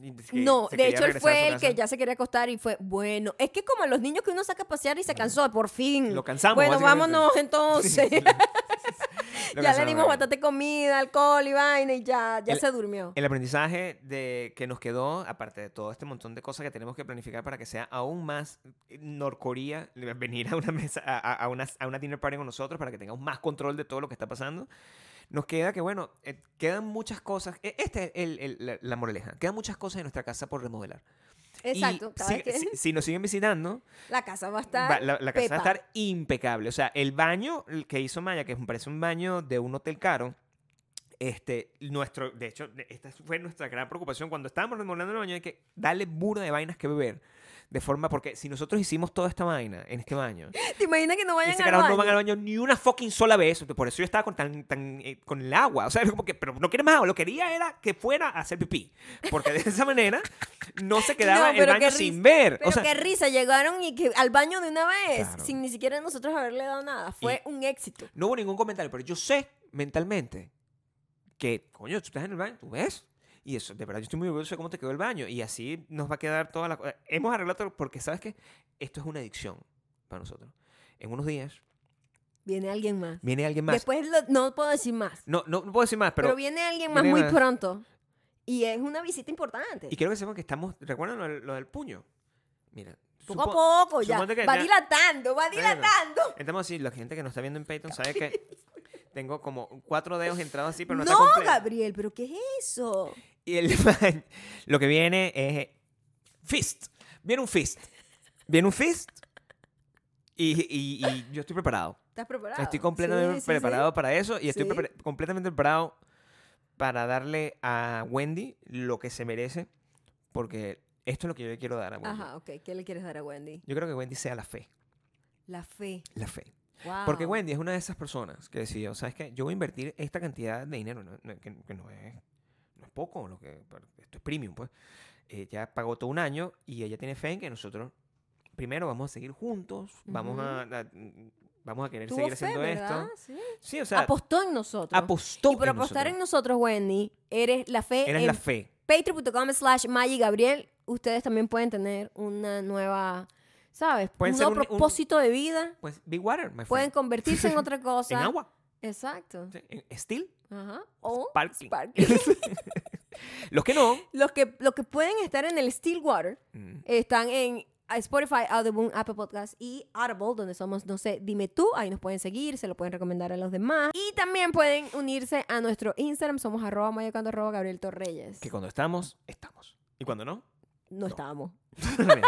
Y dice que
No,
se
de
quería
hecho él
regresar a su
fue el que
casa.
ya se quería acostar y fue, bueno, es que como a los niños que uno saca a pasear y se cansó, por fin.
Lo cansamos,
Bueno,
básicamente.
vámonos entonces.
Sí,
ya
Lo
le
cansamos,
dimos
Maya.
bastante comida, alcohol y vaina y ya, ya
El-
se durmió.
El aprendizaje de, que nos quedó, aparte de todo este montón de cosas que tenemos que planificar para que sea aún más eh, Norcorea venir a una mesa, a, a- a una, a una dinner party con nosotros para que tengamos más control de todo lo que está pasando, nos queda que, bueno, eh, quedan muchas cosas. e- Esta es el- el- la, la moraleja. Quedan muchas cosas en nuestra casa por remodelar. Y
Exacto. cada
si-
vez que-
si- si nos siguen visitando,
la casa va a estar.
Va- la, la casa va a
pepa.
estar impecable. O sea, el baño el que hizo Maya, que es- parece un baño de un hotel caro, este, nuestro, de hecho, de- esta fue nuestra gran preocupación cuando estábamos remodelando el baño, hay que darle burda de vainas que beber. De forma, porque si nosotros hicimos toda esta vaina en este baño, y
¿Te imaginas que no vayan
ese
al
carajo
baño?
no van al baño ni una fucking sola vez, por eso yo estaba con, tan, tan, eh, con el agua, o sea, era como que, pero no quiere más agua, lo que quería era que fuera a hacer pipí, porque de esa manera no se quedaba
No,
el
pero
baño
qué
sin
risa,
ver.
Pero
o sea,
qué risa, llegaron y que al baño de una vez,
Claro.
sin ni siquiera nosotros haberle dado nada. Fue un éxito.
No hubo ningún comentario, pero yo sé mentalmente que, coño, tú estás en el baño, tú ves. Y eso, de verdad, yo estoy muy orgulloso de cómo te quedó el baño. Y así nos va a quedar toda la cosa. Hemos arreglado todo, porque, ¿sabes qué? Esto es una adicción para nosotros. En unos días
Viene alguien más.
viene alguien más.
Después lo- no puedo decir más.
No, no, no puedo decir más,
Pero,
pero...
viene alguien más
viene
muy
más.
pronto. Y es una visita importante.
y quiero que sepan que estamos... ¿Recuerdan lo, del- lo del puño? Mira.
Poco
supo-
a poco, ya.
suponte que
Va
ya-
dilatando, va
Bueno.
dilatando.
Estamos así, la gente que nos está viendo en Patreon sabe que Tengo como cuatro dedos entrados así, pero no,
no,
está completo.
Gabriel, pero ¿qué es eso?
Y el, lo que viene es eh, fist. Viene un fist. Viene un fist. Y, y- y yo estoy preparado.
¿Estás preparado?
Estoy completamente
Sí, sí, sí.
preparado para eso y estoy
Sí.
prepar- completamente preparado para darle a Wendy lo que se merece porque esto es lo que yo le quiero dar a Wendy.
Ajá, ok. ¿Qué le quieres dar a Wendy?
Yo creo que Wendy sea la fe.
La fe.
La fe.
Wow.
Porque Wendy es una de esas personas que decidió, ¿sabes qué? Yo voy a invertir esta cantidad de dinero, no- no- que, que no, es, no es poco, lo que, esto es premium, pues. Ella pagó todo un año y ella tiene fe en que nosotros, primero, vamos a seguir juntos, vamos, a, a- vamos a querer
Tuvo
seguir
fe,
haciendo
¿verdad?
esto.
Sí.
Sí, o sea,
apostó en nosotros.
apostó.
y por
en
apostar
nosotros.
en nosotros, Wendy, eres la fe
Eres
en
la fe.
patreon.com slash Maggie Gabriel. Ustedes también pueden tener una nueva, ¿sabes?
Pueden
un
ser
nuevo
un- un-
propósito de vida.
Pues be water, my friend.
Pueden convertirse en otra cosa.
en agua.
Exacto.
sí, En steel.
Ajá. O
Sparkling.
sparkling.
Los que no.
los, que, los que pueden estar en el Stillwater
mm,
están en Spotify, Audible, Apple Podcast y Audible, donde somos, no sé, dime tú, ahí nos pueden seguir, se lo pueden recomendar a los demás. Y también pueden unirse a nuestro Instagram, somos arroba mayocando arroba Gabriel Torreyes.
Que cuando estamos, estamos. Y cuando no,
No estábamos.
también.